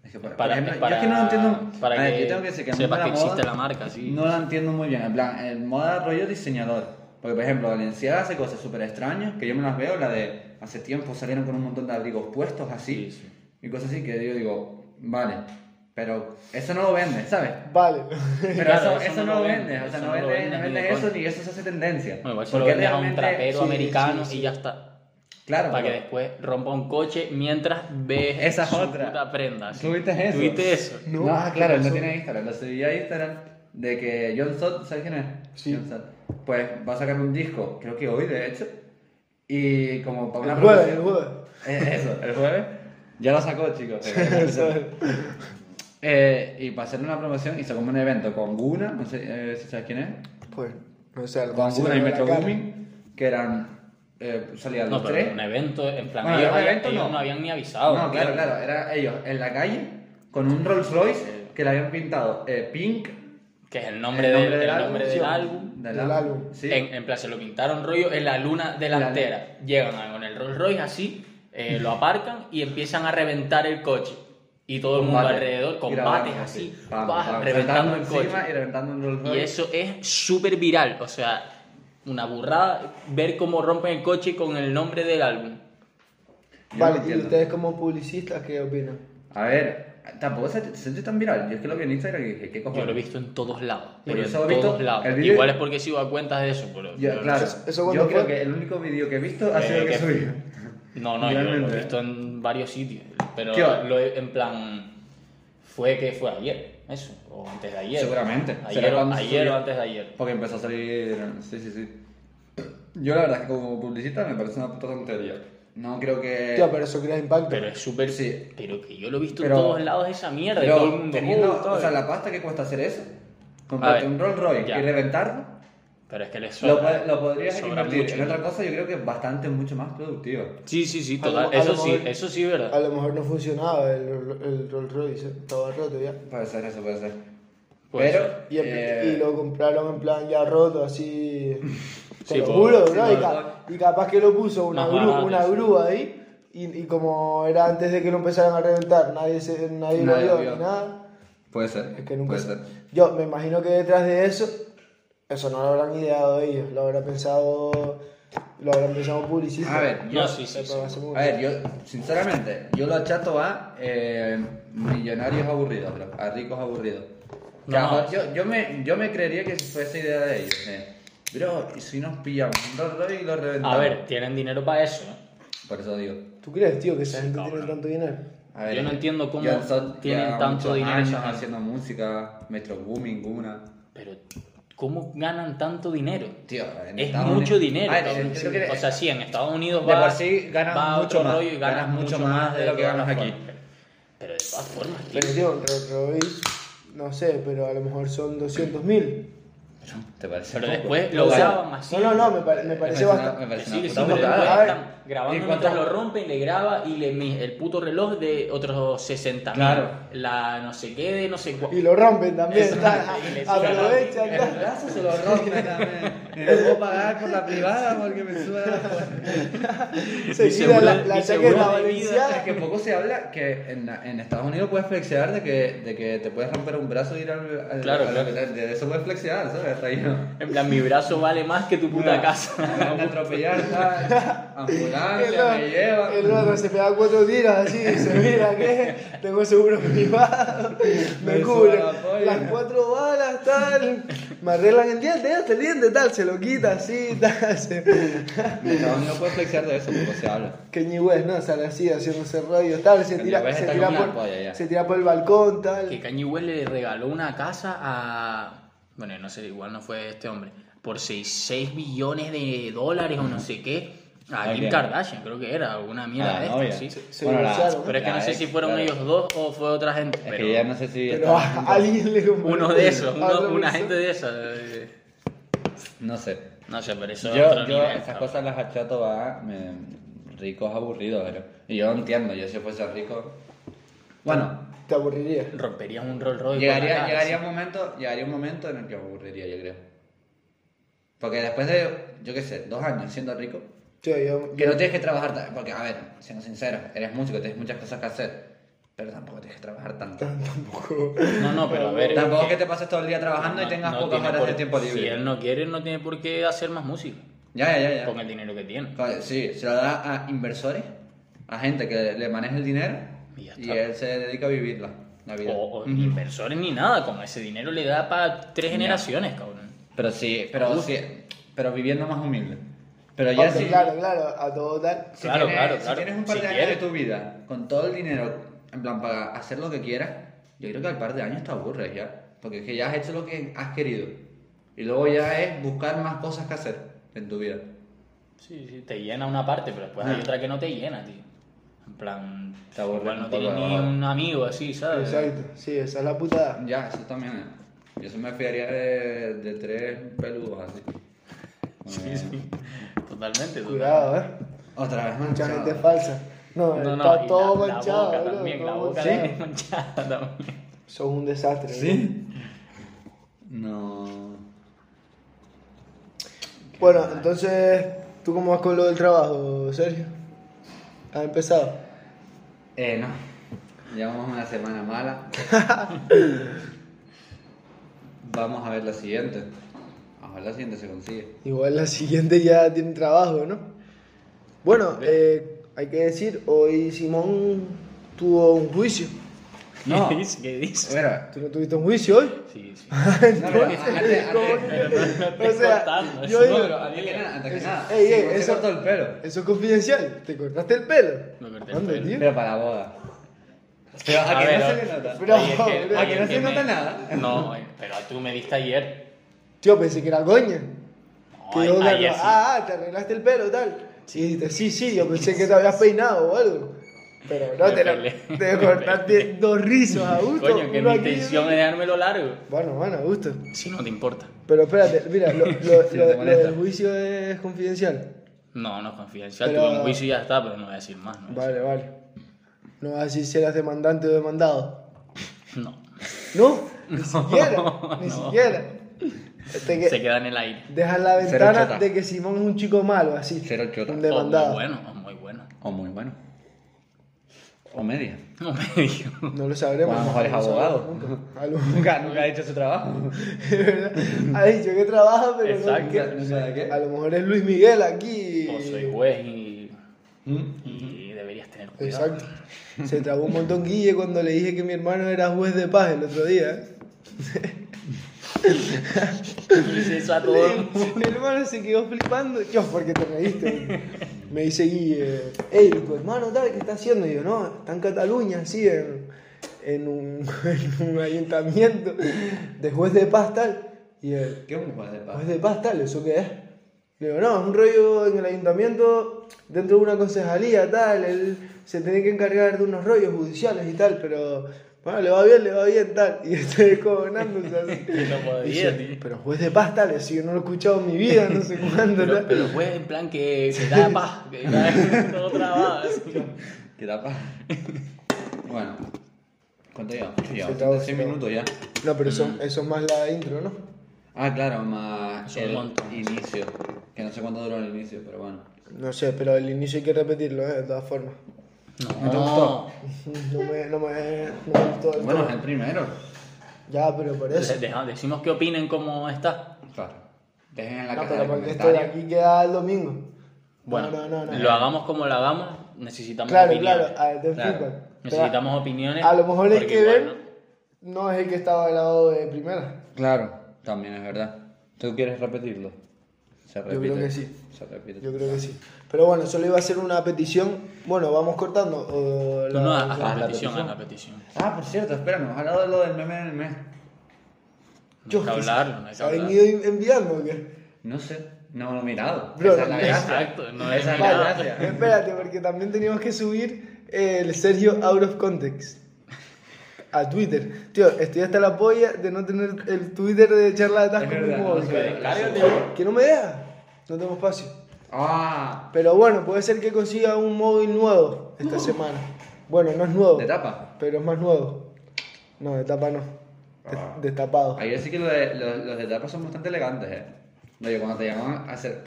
Speaker 4: Es que, por,
Speaker 3: Para-
Speaker 4: por ejemplo,
Speaker 3: para-
Speaker 4: yo es que no entiendo.
Speaker 3: para
Speaker 4: a ver,
Speaker 3: que
Speaker 4: yo tengo que decir que el
Speaker 3: sepas
Speaker 4: mundo de
Speaker 3: que
Speaker 4: moda
Speaker 3: existe la marca, sí.
Speaker 4: No la entiendo muy bien. En plan, el moda rollo diseñador. Porque, por ejemplo, Valenciaga hace cosas súper extrañas que yo me las veo. La de hace tiempo salieron con un montón de abrigos puestos
Speaker 3: Sí,
Speaker 4: así
Speaker 3: sí.
Speaker 4: y cosas así que yo digo, vale, pero eso no lo vende, ¿sabes?
Speaker 2: Vale.
Speaker 4: Pero
Speaker 3: Claro,
Speaker 4: eso, eso no lo vende, o sea, no
Speaker 3: lo
Speaker 4: vende,
Speaker 3: vende
Speaker 4: no
Speaker 3: ni
Speaker 4: vende
Speaker 3: de
Speaker 4: eso
Speaker 3: coña.
Speaker 4: ni eso se hace tendencia.
Speaker 3: Bueno, igual se lo
Speaker 4: porque
Speaker 3: vendes a un
Speaker 4: realmente-
Speaker 3: trapero
Speaker 2: sí,
Speaker 3: americano
Speaker 2: sí, sí.
Speaker 3: y ya está.
Speaker 4: Claro,
Speaker 3: Para que
Speaker 4: pero-
Speaker 3: después rompa un coche mientras ves
Speaker 4: Esa es
Speaker 3: su
Speaker 4: otra.
Speaker 3: puta prenda. sí.
Speaker 4: ¿Tú viste eso?
Speaker 3: ¿Tuviste eso?
Speaker 2: No,
Speaker 4: No, ah, claro, él no tiene Instagram. Lo subí a Instagram de que John Sot, ¿sabes quién es?
Speaker 2: Sí.
Speaker 4: John Sot. Pues va a sacar un disco, creo que hoy de hecho. Y como para una
Speaker 2: El jueves, el jueves.
Speaker 4: promoción- Eh, eso, el jueves. Ya lo sacó, chicos. Eh, eh, y para hacer una promoción hizo como un evento con Guna, no sé eh, si sabes quién es.
Speaker 2: Pues, no sé, algo
Speaker 4: Con
Speaker 2: así,
Speaker 4: Guna y
Speaker 2: la
Speaker 4: Metro
Speaker 2: cara.
Speaker 4: Booming, que eran. Eh, salían
Speaker 3: No,
Speaker 4: los
Speaker 3: pero
Speaker 4: tres.
Speaker 3: un evento, en plan,
Speaker 4: Bueno,
Speaker 3: ellos,
Speaker 4: un
Speaker 3: habían-
Speaker 4: evento
Speaker 3: ellos
Speaker 4: no.
Speaker 3: no. habían ni avisado.
Speaker 4: No, claro,
Speaker 3: tío.
Speaker 4: claro, era ellos en la calle con un Rolls Royce que le habían pintado eh, pink
Speaker 3: Que es el nombre, del, el nombre
Speaker 2: sí.
Speaker 3: del álbum.
Speaker 2: Del álbum.
Speaker 4: Sí.
Speaker 3: En, en plan, se lo pintaron rollo en la luna delantera. Llegan a- con el Rolls Royce así, eh, lo aparcan y empiezan a reventar el coche. Y y todo el mundo
Speaker 4: Combate.
Speaker 3: alrededor,
Speaker 4: Y
Speaker 3: combates
Speaker 4: grabando
Speaker 3: así,
Speaker 4: pam,
Speaker 3: bah,
Speaker 4: pam,
Speaker 3: reventando en
Speaker 4: saltando encima
Speaker 3: coche.
Speaker 4: Y reventando en Rolls
Speaker 3: Y
Speaker 4: Royce.
Speaker 3: eso es súper viral, o sea, una burrada ver cómo rompen el coche con el nombre del álbum.
Speaker 4: Yo no
Speaker 2: Vale, ¿y
Speaker 4: entiendo.
Speaker 2: ustedes como publicistas qué opinan?
Speaker 4: A ver, tampoco se se siente tan viral. Yo es que lo vi en Instagram y dije, ¿qué cojones?
Speaker 3: Yo lo he visto en todos lados.
Speaker 4: Pero
Speaker 3: Pero en
Speaker 4: eso lo he visto
Speaker 3: todos lados.
Speaker 4: el vídeo-
Speaker 3: Igual es porque sigo a cuentas de eso, pero.
Speaker 4: Yo,
Speaker 3: pero-
Speaker 4: claro,
Speaker 2: Eso- eso cuando
Speaker 4: yo creo
Speaker 2: fue-
Speaker 4: que el único vídeo que he visto ha sido el
Speaker 3: Eh,
Speaker 4: que,
Speaker 3: que-
Speaker 4: subí.
Speaker 3: No, no, yo lo
Speaker 4: Realmente.
Speaker 3: he visto en varios sitios. Pero
Speaker 4: Tío.
Speaker 3: lo he- en plan. Fue que fue ayer, eso. O antes de ayer.
Speaker 4: Seguramente.
Speaker 3: Ayer,
Speaker 4: Será
Speaker 3: o-
Speaker 4: cuando
Speaker 3: ayer
Speaker 4: subió.
Speaker 3: o antes de ayer.
Speaker 4: Porque empezó a salir. Sí, sí, sí. Yo la verdad es que como publicista me parece una puta tontería. No creo que.
Speaker 2: Tío, pero eso crea impacto.
Speaker 3: Pero es súper.
Speaker 4: Sí.
Speaker 3: Pero que yo lo he visto
Speaker 4: Pero-
Speaker 3: en todos lados esa mierda. y
Speaker 4: Pero
Speaker 3: todo el mundo.
Speaker 4: teniendo,
Speaker 3: "Oh, tal".
Speaker 4: o sea, la pasta que cuesta hacer eso, comprarte
Speaker 3: ver,
Speaker 4: un Rolls Royce
Speaker 3: ya.
Speaker 4: y reventarlo,
Speaker 3: Pero es que le
Speaker 4: lo,
Speaker 3: sobra.
Speaker 4: po- lo podrías
Speaker 3: sobra
Speaker 4: invertir
Speaker 3: mucho.
Speaker 4: en otra cosa, yo creo que es bastante mucho más productivo.
Speaker 3: Sí, sí, sí.
Speaker 2: A lo-
Speaker 3: total.
Speaker 2: a lo
Speaker 3: Eso sí,
Speaker 2: mejor-
Speaker 3: eso sí,
Speaker 2: A
Speaker 3: ¿verdad?
Speaker 2: lo mejor no funcionaba el, el Rolls Royce, eh, estaba roto ya.
Speaker 4: Puede ser eso, puede ser.
Speaker 3: Puede
Speaker 4: Pero.
Speaker 3: ser.
Speaker 2: Y, en-
Speaker 4: eh,
Speaker 2: y lo compraron en plan ya roto, así. Te
Speaker 3: Sí,
Speaker 2: lo
Speaker 3: por-
Speaker 2: juro,
Speaker 4: sí,
Speaker 2: bro,
Speaker 4: por-
Speaker 2: y, ca- y capaz que lo puso una,
Speaker 3: Más
Speaker 2: grúa-
Speaker 3: barato,
Speaker 2: una
Speaker 3: sí.
Speaker 2: grúa ahí. Y, y como era antes de que lo empezaran a reventar, nadie, se, nadie,
Speaker 4: Nadie
Speaker 2: lo
Speaker 4: lo
Speaker 2: vio
Speaker 4: vio.
Speaker 2: ni nada.
Speaker 4: Puede ser.
Speaker 2: Es que nunca
Speaker 4: puede
Speaker 2: se-
Speaker 4: ser.
Speaker 2: Yo me imagino que detrás de eso, eso no lo habrán ideado ellos, lo habrán pensado, lo habrán pensado publicistas.
Speaker 4: A ver, yo,
Speaker 3: No, sí, sí.
Speaker 2: Eh,
Speaker 3: sí.
Speaker 2: para hacer
Speaker 4: a ver, yo, sinceramente, yo lo achato a eh, millonarios aburridos, bro, a ricos aburridos. Que
Speaker 3: No.
Speaker 4: a lo mejor Yo, yo, me, yo me creería que fue esa idea de ellos. eh, bro, ¿y si nos pillamos un Rolls Royce y lo reventamos?
Speaker 3: A ver, tienen dinero para eso. ¿eh?
Speaker 4: Por eso digo.
Speaker 2: ¿Tú crees, tío, que esa gente tiene
Speaker 3: cabrón.
Speaker 2: tanto dinero?
Speaker 4: A ver,
Speaker 3: Yo no entiendo cómo
Speaker 4: ya son-
Speaker 3: tienen
Speaker 4: ya
Speaker 3: tanto
Speaker 4: muchos
Speaker 3: dinero
Speaker 4: años
Speaker 3: esa gente.
Speaker 4: haciendo música, Metro Booming, una.
Speaker 3: Pero, ¿cómo ganan tanto dinero?
Speaker 4: Tío, en
Speaker 3: es
Speaker 4: Estados
Speaker 3: mucho
Speaker 4: Unidos- Ah,
Speaker 3: dinero.
Speaker 4: A ver,
Speaker 3: cabrón.
Speaker 4: yo creo que-
Speaker 3: o sea, sí, en Estados Unidos
Speaker 4: De
Speaker 3: va,
Speaker 4: por sí ganas
Speaker 3: va a
Speaker 4: mucho
Speaker 3: otro
Speaker 4: más,
Speaker 3: rollo y ganas, mucho más de lo que ganas
Speaker 4: ganas
Speaker 3: aquí.
Speaker 4: aquí.
Speaker 3: Pero de todas formas, tío,
Speaker 2: Pero, tío, Rolls Royce, no sé, pero a lo mejor son 200 mil.
Speaker 4: ¿Te parece
Speaker 3: pero
Speaker 4: poco?
Speaker 3: después lo
Speaker 2: O sea,
Speaker 3: graban así.
Speaker 2: No, no, no, me, pare- me
Speaker 4: Me
Speaker 2: parece
Speaker 4: una-
Speaker 2: bastante.
Speaker 4: me parece
Speaker 3: Sí,
Speaker 4: una
Speaker 3: sí,
Speaker 4: puta
Speaker 3: pero
Speaker 4: burrada.
Speaker 3: después
Speaker 2: A ver,
Speaker 3: están grabando
Speaker 4: ¿y cuánto-
Speaker 3: mientras lo rompen, le graba y le mi- el puto reloj de otros 60 mil.
Speaker 4: Claro.
Speaker 3: La no sé qué de no sé cuánto.
Speaker 2: Y lo rompen también,
Speaker 3: Eso,
Speaker 2: ta,
Speaker 3: y le suena.
Speaker 2: aprovechan.
Speaker 4: El
Speaker 2: ta.
Speaker 4: brazo se lo rompe también. Y lo puedo pagar por la privada porque me suda la
Speaker 2: Se
Speaker 3: Mi
Speaker 2: quita la,
Speaker 3: seguro-
Speaker 2: la
Speaker 3: mi seguro
Speaker 2: chaqueta
Speaker 3: de vida
Speaker 2: valenciana.
Speaker 4: Es que poco se habla que en, en Estados Unidos puedes flexear de que, de que te puedes romper un brazo y ir al. al-
Speaker 3: Claro,
Speaker 4: al-
Speaker 3: claro.
Speaker 4: al- De eso puedes flexear, ¿sabes? Hasta ahí no.
Speaker 3: En plan, mi brazo vale más que tu puta casa.
Speaker 4: Me van a atropellar, tal,
Speaker 2: El
Speaker 4: ambulancia, me lleva.
Speaker 2: otro- el otro se pega cuatro tiros así, se mira que tengo seguro privado, me
Speaker 4: Me
Speaker 2: cubre
Speaker 4: suda la
Speaker 3: pues.
Speaker 4: polla.
Speaker 2: las cuatro balas, tal, me arreglan el diente, hasta el diente, tal, se lo quita así, tal, se-
Speaker 4: En Estados Unidos puedes flexear de eso, poco se habla.
Speaker 2: que ni West, ¿no? Sale así, haciendo ese rollo, tal, se
Speaker 4: Kanye
Speaker 2: tira,
Speaker 4: West
Speaker 2: se
Speaker 4: está
Speaker 2: tira
Speaker 4: con una
Speaker 2: por,
Speaker 4: polla ya.
Speaker 2: se tira por el balcón,
Speaker 3: que
Speaker 2: tal,
Speaker 3: Kanye West le regaló una casa a. Bueno, no sé, igual no fue este hombre. Por 6, billones de dólares o no sé qué. A
Speaker 4: ¿A
Speaker 3: Kim
Speaker 4: quién?
Speaker 3: Kardashian, creo que era. Alguna mierda
Speaker 4: Ah,
Speaker 3: de
Speaker 4: novia.
Speaker 3: estas, este, sí.
Speaker 2: se
Speaker 4: Bueno, la-
Speaker 2: divorciaron, ¿no?
Speaker 3: Pero es que no
Speaker 4: La
Speaker 3: sé
Speaker 4: ex,
Speaker 3: si fueron
Speaker 4: claro.
Speaker 3: ellos dos o fue otra gente.
Speaker 4: Es
Speaker 3: pero
Speaker 4: que ya no sé si.
Speaker 2: pero
Speaker 4: están
Speaker 2: a,
Speaker 4: juntos.
Speaker 2: a alguien le compró
Speaker 3: Uno de esos,
Speaker 2: a
Speaker 3: uno-
Speaker 2: otra
Speaker 3: una
Speaker 2: persona.
Speaker 3: gente de esas. eh,
Speaker 4: No sé.
Speaker 3: No sé, pero eso
Speaker 4: Yo,
Speaker 3: es otro
Speaker 4: yo
Speaker 3: nivel,
Speaker 4: esas
Speaker 3: cabrón.
Speaker 4: cosas las achato a me- ricos aburridos, pero. Y yo entiendo, yo si fuese rico. Bueno,
Speaker 2: Te aburriría.
Speaker 3: Romperían un Rolls Royce. con
Speaker 4: llegaría,
Speaker 3: la
Speaker 4: llegaría,
Speaker 3: cara,
Speaker 4: un momento, llegaría un momento en el que me aburriría, yo creo. Porque después de, yo qué sé, dos años siendo rico,
Speaker 2: Tío, yo,
Speaker 4: que no tienes que trabajar tanto. Porque, a ver, siendo sincero, eres músico, tienes muchas cosas que hacer, pero tampoco tienes que trabajar tanto.
Speaker 2: tampoco.
Speaker 3: sí. No, no, pero a ver.
Speaker 4: Tampoco es que te pases todo el día trabajando y
Speaker 3: no-
Speaker 4: tengas
Speaker 3: no
Speaker 4: pocas
Speaker 3: tiene
Speaker 4: horas
Speaker 3: por-
Speaker 4: de tiempo libre.
Speaker 3: Si él no quiere, no tiene por qué hacer más música.
Speaker 4: Ya, ya, ya. ya.
Speaker 3: Con el dinero que tiene.
Speaker 4: Claro, Sí, se lo da a inversores, a gente que le maneja el dinero
Speaker 3: Y ya
Speaker 4: y
Speaker 3: está. Oh.
Speaker 4: él se dedica a vivirla, la vida.
Speaker 3: O, o ni inversores ni nada, con ese dinero le da para tres generaciones, cabrón.
Speaker 4: Pero sí, pero
Speaker 3: Uf.
Speaker 4: sí, pero viviendo más humilde. Pero ya
Speaker 2: Ok,
Speaker 4: sí,
Speaker 2: claro, claro, a todo tal.
Speaker 4: si
Speaker 3: Claro,
Speaker 4: tienes,
Speaker 3: claro,
Speaker 4: si
Speaker 3: claro.
Speaker 4: tienes un par
Speaker 3: Si
Speaker 4: de años de
Speaker 3: quieres.
Speaker 4: tu vida con todo el dinero, en plan para hacer lo que quieras, yo creo que al par de años te aburres ya, porque es que ya has hecho lo que has querido y luego ya es buscar más cosas que hacer en tu vida.
Speaker 3: Sí, sí, te llena una parte, pero después hay
Speaker 4: Ah.
Speaker 3: otra que no te llena, tío. En plan,
Speaker 4: Te aburre
Speaker 3: igual
Speaker 4: un
Speaker 3: no
Speaker 4: poco,
Speaker 3: tienes ni
Speaker 4: ¿verdad?
Speaker 3: un amigo así, ¿sabes?
Speaker 2: Exacto, sí, esa es la putada.
Speaker 4: Ya, eso también. eh. Yo se me fiaría de, de tres peludos así.
Speaker 3: Sí, sí. Totalmente, totalmente.
Speaker 2: Cuidado, eh.
Speaker 4: Otra vez
Speaker 2: Mucha
Speaker 4: manchado.
Speaker 2: gente falsa. No,
Speaker 3: No, no,
Speaker 2: está
Speaker 3: y
Speaker 2: todo
Speaker 3: la,
Speaker 2: manchado,
Speaker 3: la boca
Speaker 2: bro,
Speaker 3: también,
Speaker 2: todo
Speaker 3: la boca
Speaker 2: manchado.
Speaker 3: la tienes manchada también.
Speaker 2: Sos un desastre.
Speaker 4: ¿Sí? No.
Speaker 2: bro. Bueno, entonces, ¿tú cómo vas con lo del trabajo, Sergio? ¿Has empezado?
Speaker 4: Eh, no. Llevamos una semana mala. Vamos a ver la siguiente. Ojalá la siguiente se consigue.
Speaker 2: Igual la siguiente ya tiene trabajo, ¿no? Bueno, eh, hay que decir, hoy Simón tuvo un juicio.
Speaker 4: No.
Speaker 3: ¿Qué dices? ¿Qué dices?
Speaker 4: Bueno,
Speaker 2: ¿Tú no tuviste un juicio hoy?
Speaker 3: Sí, sí.
Speaker 4: no, pero antes, antes-
Speaker 3: Pero no, no
Speaker 2: O
Speaker 3: estés
Speaker 2: sea,
Speaker 3: cortando,
Speaker 2: yo
Speaker 3: eso.
Speaker 2: digo-
Speaker 3: Pero,
Speaker 4: antes que
Speaker 3: amiga,
Speaker 4: nada, antes que
Speaker 2: Ey,
Speaker 4: nada.
Speaker 2: ey,
Speaker 4: Simón se
Speaker 2: eso-
Speaker 4: cortó el pelo.
Speaker 2: Eso es confidencial. ¿Te cortaste el pelo?
Speaker 3: Me corté el
Speaker 2: ¿Cuándo,
Speaker 3: pelo.
Speaker 2: tío?
Speaker 4: Pero para la boda. Pero
Speaker 3: A
Speaker 4: a, que
Speaker 3: ver,
Speaker 4: no
Speaker 3: a-
Speaker 4: se le nota.
Speaker 2: Pero-
Speaker 3: oye, es que-
Speaker 2: ¿a
Speaker 3: oye,
Speaker 4: que no
Speaker 3: es
Speaker 4: se nota nada?
Speaker 3: No, eh, pero tú me diste ayer.
Speaker 2: Tío, pensé que era goña. Que
Speaker 3: Ay,
Speaker 2: yo me
Speaker 3: ayer
Speaker 2: arregla-
Speaker 3: sí.
Speaker 2: Ah, ah, te arreglaste el pelo, tal. Sí, dijiste, sí, sí, yo pensé que te habías peinado o algo. Pero no,
Speaker 3: Me
Speaker 2: te, lo-
Speaker 3: peleé.
Speaker 2: te cortaste dos rizos a gusto.
Speaker 3: Coño, que
Speaker 2: uno
Speaker 3: mi
Speaker 2: aquí y uno
Speaker 3: intención es dármelo largo.
Speaker 2: Bueno, bueno, a gusto.
Speaker 3: Si no te importa.
Speaker 2: Pero espérate, mira, lo, lo-
Speaker 4: Si
Speaker 2: lo-
Speaker 4: te
Speaker 2: lo
Speaker 4: molesta.
Speaker 2: del juicio es confidencial.
Speaker 3: No, no es confidencial.
Speaker 2: Pero-
Speaker 3: Tuve un juicio y ya está, pero no voy a decir más. No, voy a
Speaker 2: Vale, vale. No vas a decir si eras demandante o demandado.
Speaker 3: decir- no.
Speaker 2: No, ni siquiera, ni
Speaker 3: no.
Speaker 2: siquiera. Te que-
Speaker 3: se queda en el aire.
Speaker 2: Dejas la
Speaker 4: Cero
Speaker 2: ventana
Speaker 4: chota.
Speaker 2: de que Simón es un chico malo, así.
Speaker 4: Cero chota. Oh,
Speaker 2: Un
Speaker 3: O
Speaker 2: demandado.
Speaker 3: muy bueno, o muy bueno.
Speaker 4: O muy bueno. O media.
Speaker 3: No me dijo.
Speaker 2: No lo sabremos.
Speaker 4: O a lo mejor es
Speaker 2: no lo sabremos
Speaker 4: abogado.
Speaker 2: nunca. A lo-
Speaker 4: Nunca, nunca ha hecho su trabajo.
Speaker 2: Es verdad. ha dicho que trabaja, pero no-
Speaker 3: Exacto.
Speaker 2: que-
Speaker 4: No sé de
Speaker 2: A
Speaker 4: qué.
Speaker 2: lo mejor es Luis Miguel aquí.
Speaker 4: Oh,
Speaker 3: O soy juez y,
Speaker 4: ¿Mm?
Speaker 3: y deberías tener cuidado.
Speaker 2: Exacto. Se trabó un montón Guille cuando le dije que mi hermano era juez de paz el otro día. ¿eh?
Speaker 3: Dice eso a todo el mundo.
Speaker 2: Mi hermano se quedó flipando. Yo, porque te reíste. Me dice Guille, hey, tu hermano tal, ¿qué está haciendo? Y yo, no, está en Cataluña, así, en, en un, en un ayuntamiento de juez de paz tal. Y eh, él,
Speaker 4: ¿Qué es un juez de paz?
Speaker 2: juez Pues de paz tal, ¿eso qué es? Le digo, no, es un rollo en el ayuntamiento, dentro de una concejalía tal, él se tiene que encargar de unos rollos judiciales y tal, pero bueno, le va bien, le va bien tal. Y estoy descojonándose así.
Speaker 3: Que no podía,
Speaker 2: Dice,
Speaker 3: tío.
Speaker 2: pero juez de paz, tal, si yo no lo he escuchado en mi vida, no sé cuándo.
Speaker 3: Pero,
Speaker 2: tal.
Speaker 3: pero juez en plan que, que da paz, que da todo trabajo. así.
Speaker 4: ¿Qué tapa? bueno. ¿Cuánto lleva? Mucho
Speaker 2: Se acabó,
Speaker 4: lleva.
Speaker 2: se
Speaker 4: 6
Speaker 2: acabó.
Speaker 4: minutos ya.
Speaker 2: No, pero eso, eso es más la intro, ¿no?
Speaker 4: Ah, claro, más
Speaker 3: Es un
Speaker 4: el
Speaker 3: montón.
Speaker 4: inicio. Que no sé cuánto duró el inicio, pero bueno.
Speaker 2: No sé, pero el inicio hay que repetirlo, ¿eh? de todas formas.
Speaker 4: ¿No te gustó?
Speaker 2: No me, no me, no me gustó del
Speaker 4: Bueno,
Speaker 2: todo.
Speaker 4: es el primero.
Speaker 2: Ya, pero por eso.
Speaker 3: Entonces, deja- decimos qué opinen cómo está.
Speaker 4: Claro. Dejen en la
Speaker 2: No,
Speaker 4: caja
Speaker 2: pero
Speaker 4: de
Speaker 2: porque esto de
Speaker 4: comentarios.
Speaker 2: aquí queda el domingo.
Speaker 3: Bueno,
Speaker 2: no, no, no. no.
Speaker 3: lo hagamos como lo hagamos, necesitamos
Speaker 2: Claro,
Speaker 3: opiniones.
Speaker 2: claro, a ver, te
Speaker 4: Claro.
Speaker 2: explico.
Speaker 3: Necesitamos opiniones.
Speaker 2: A lo mejor el
Speaker 3: porque
Speaker 2: que
Speaker 3: igual
Speaker 2: ven no es el que estaba al lado de primera.
Speaker 4: Claro, también es verdad. ¿Tú quieres repetirlo? Se repite.
Speaker 2: creo que sí.
Speaker 4: Se repite.
Speaker 2: Yo creo que sí. Pero bueno, solo iba a ser una petición. Bueno, vamos cortando. o
Speaker 3: Tú
Speaker 2: la-
Speaker 3: no, haz
Speaker 4: Ah,
Speaker 3: la petición,
Speaker 4: la
Speaker 3: haz
Speaker 4: petición.
Speaker 3: la petición.
Speaker 4: Ah, por cierto, espera, no hemos hablado de lo del meme del mes.
Speaker 3: No hay que hablarlo, no hay que
Speaker 2: ¿Se ha
Speaker 3: hablarlo.
Speaker 2: venido enviando o qué?
Speaker 4: No sé, no lo he mirado.
Speaker 2: Bro,
Speaker 4: Esa es la gracia.
Speaker 3: exacto, no he
Speaker 4: Esa es la
Speaker 3: mirado.
Speaker 4: gracia.
Speaker 2: Espérate, porque también teníamos que subir el Sergio Out of Context a Twitter. Tío, estoy hasta la polla de no tener el Twitter de charla de
Speaker 4: Es
Speaker 2: atasco en mi
Speaker 4: verdad, no
Speaker 2: móvil.
Speaker 4: se ve. Cállate.
Speaker 2: Que no me deja. No tengo espacio.
Speaker 4: Ah,
Speaker 2: Pero bueno, puede ser que consiga un móvil nuevo esta semana. Bueno, no es nuevo.
Speaker 4: de tapa.
Speaker 2: Pero es más nuevo. No, de tapa no. Des-
Speaker 4: Ah.
Speaker 2: Destapado.
Speaker 4: Ayer sí que lo de- lo- los de tapa son bastante elegantes, eh. Oye, cuando te llamaban a hacer.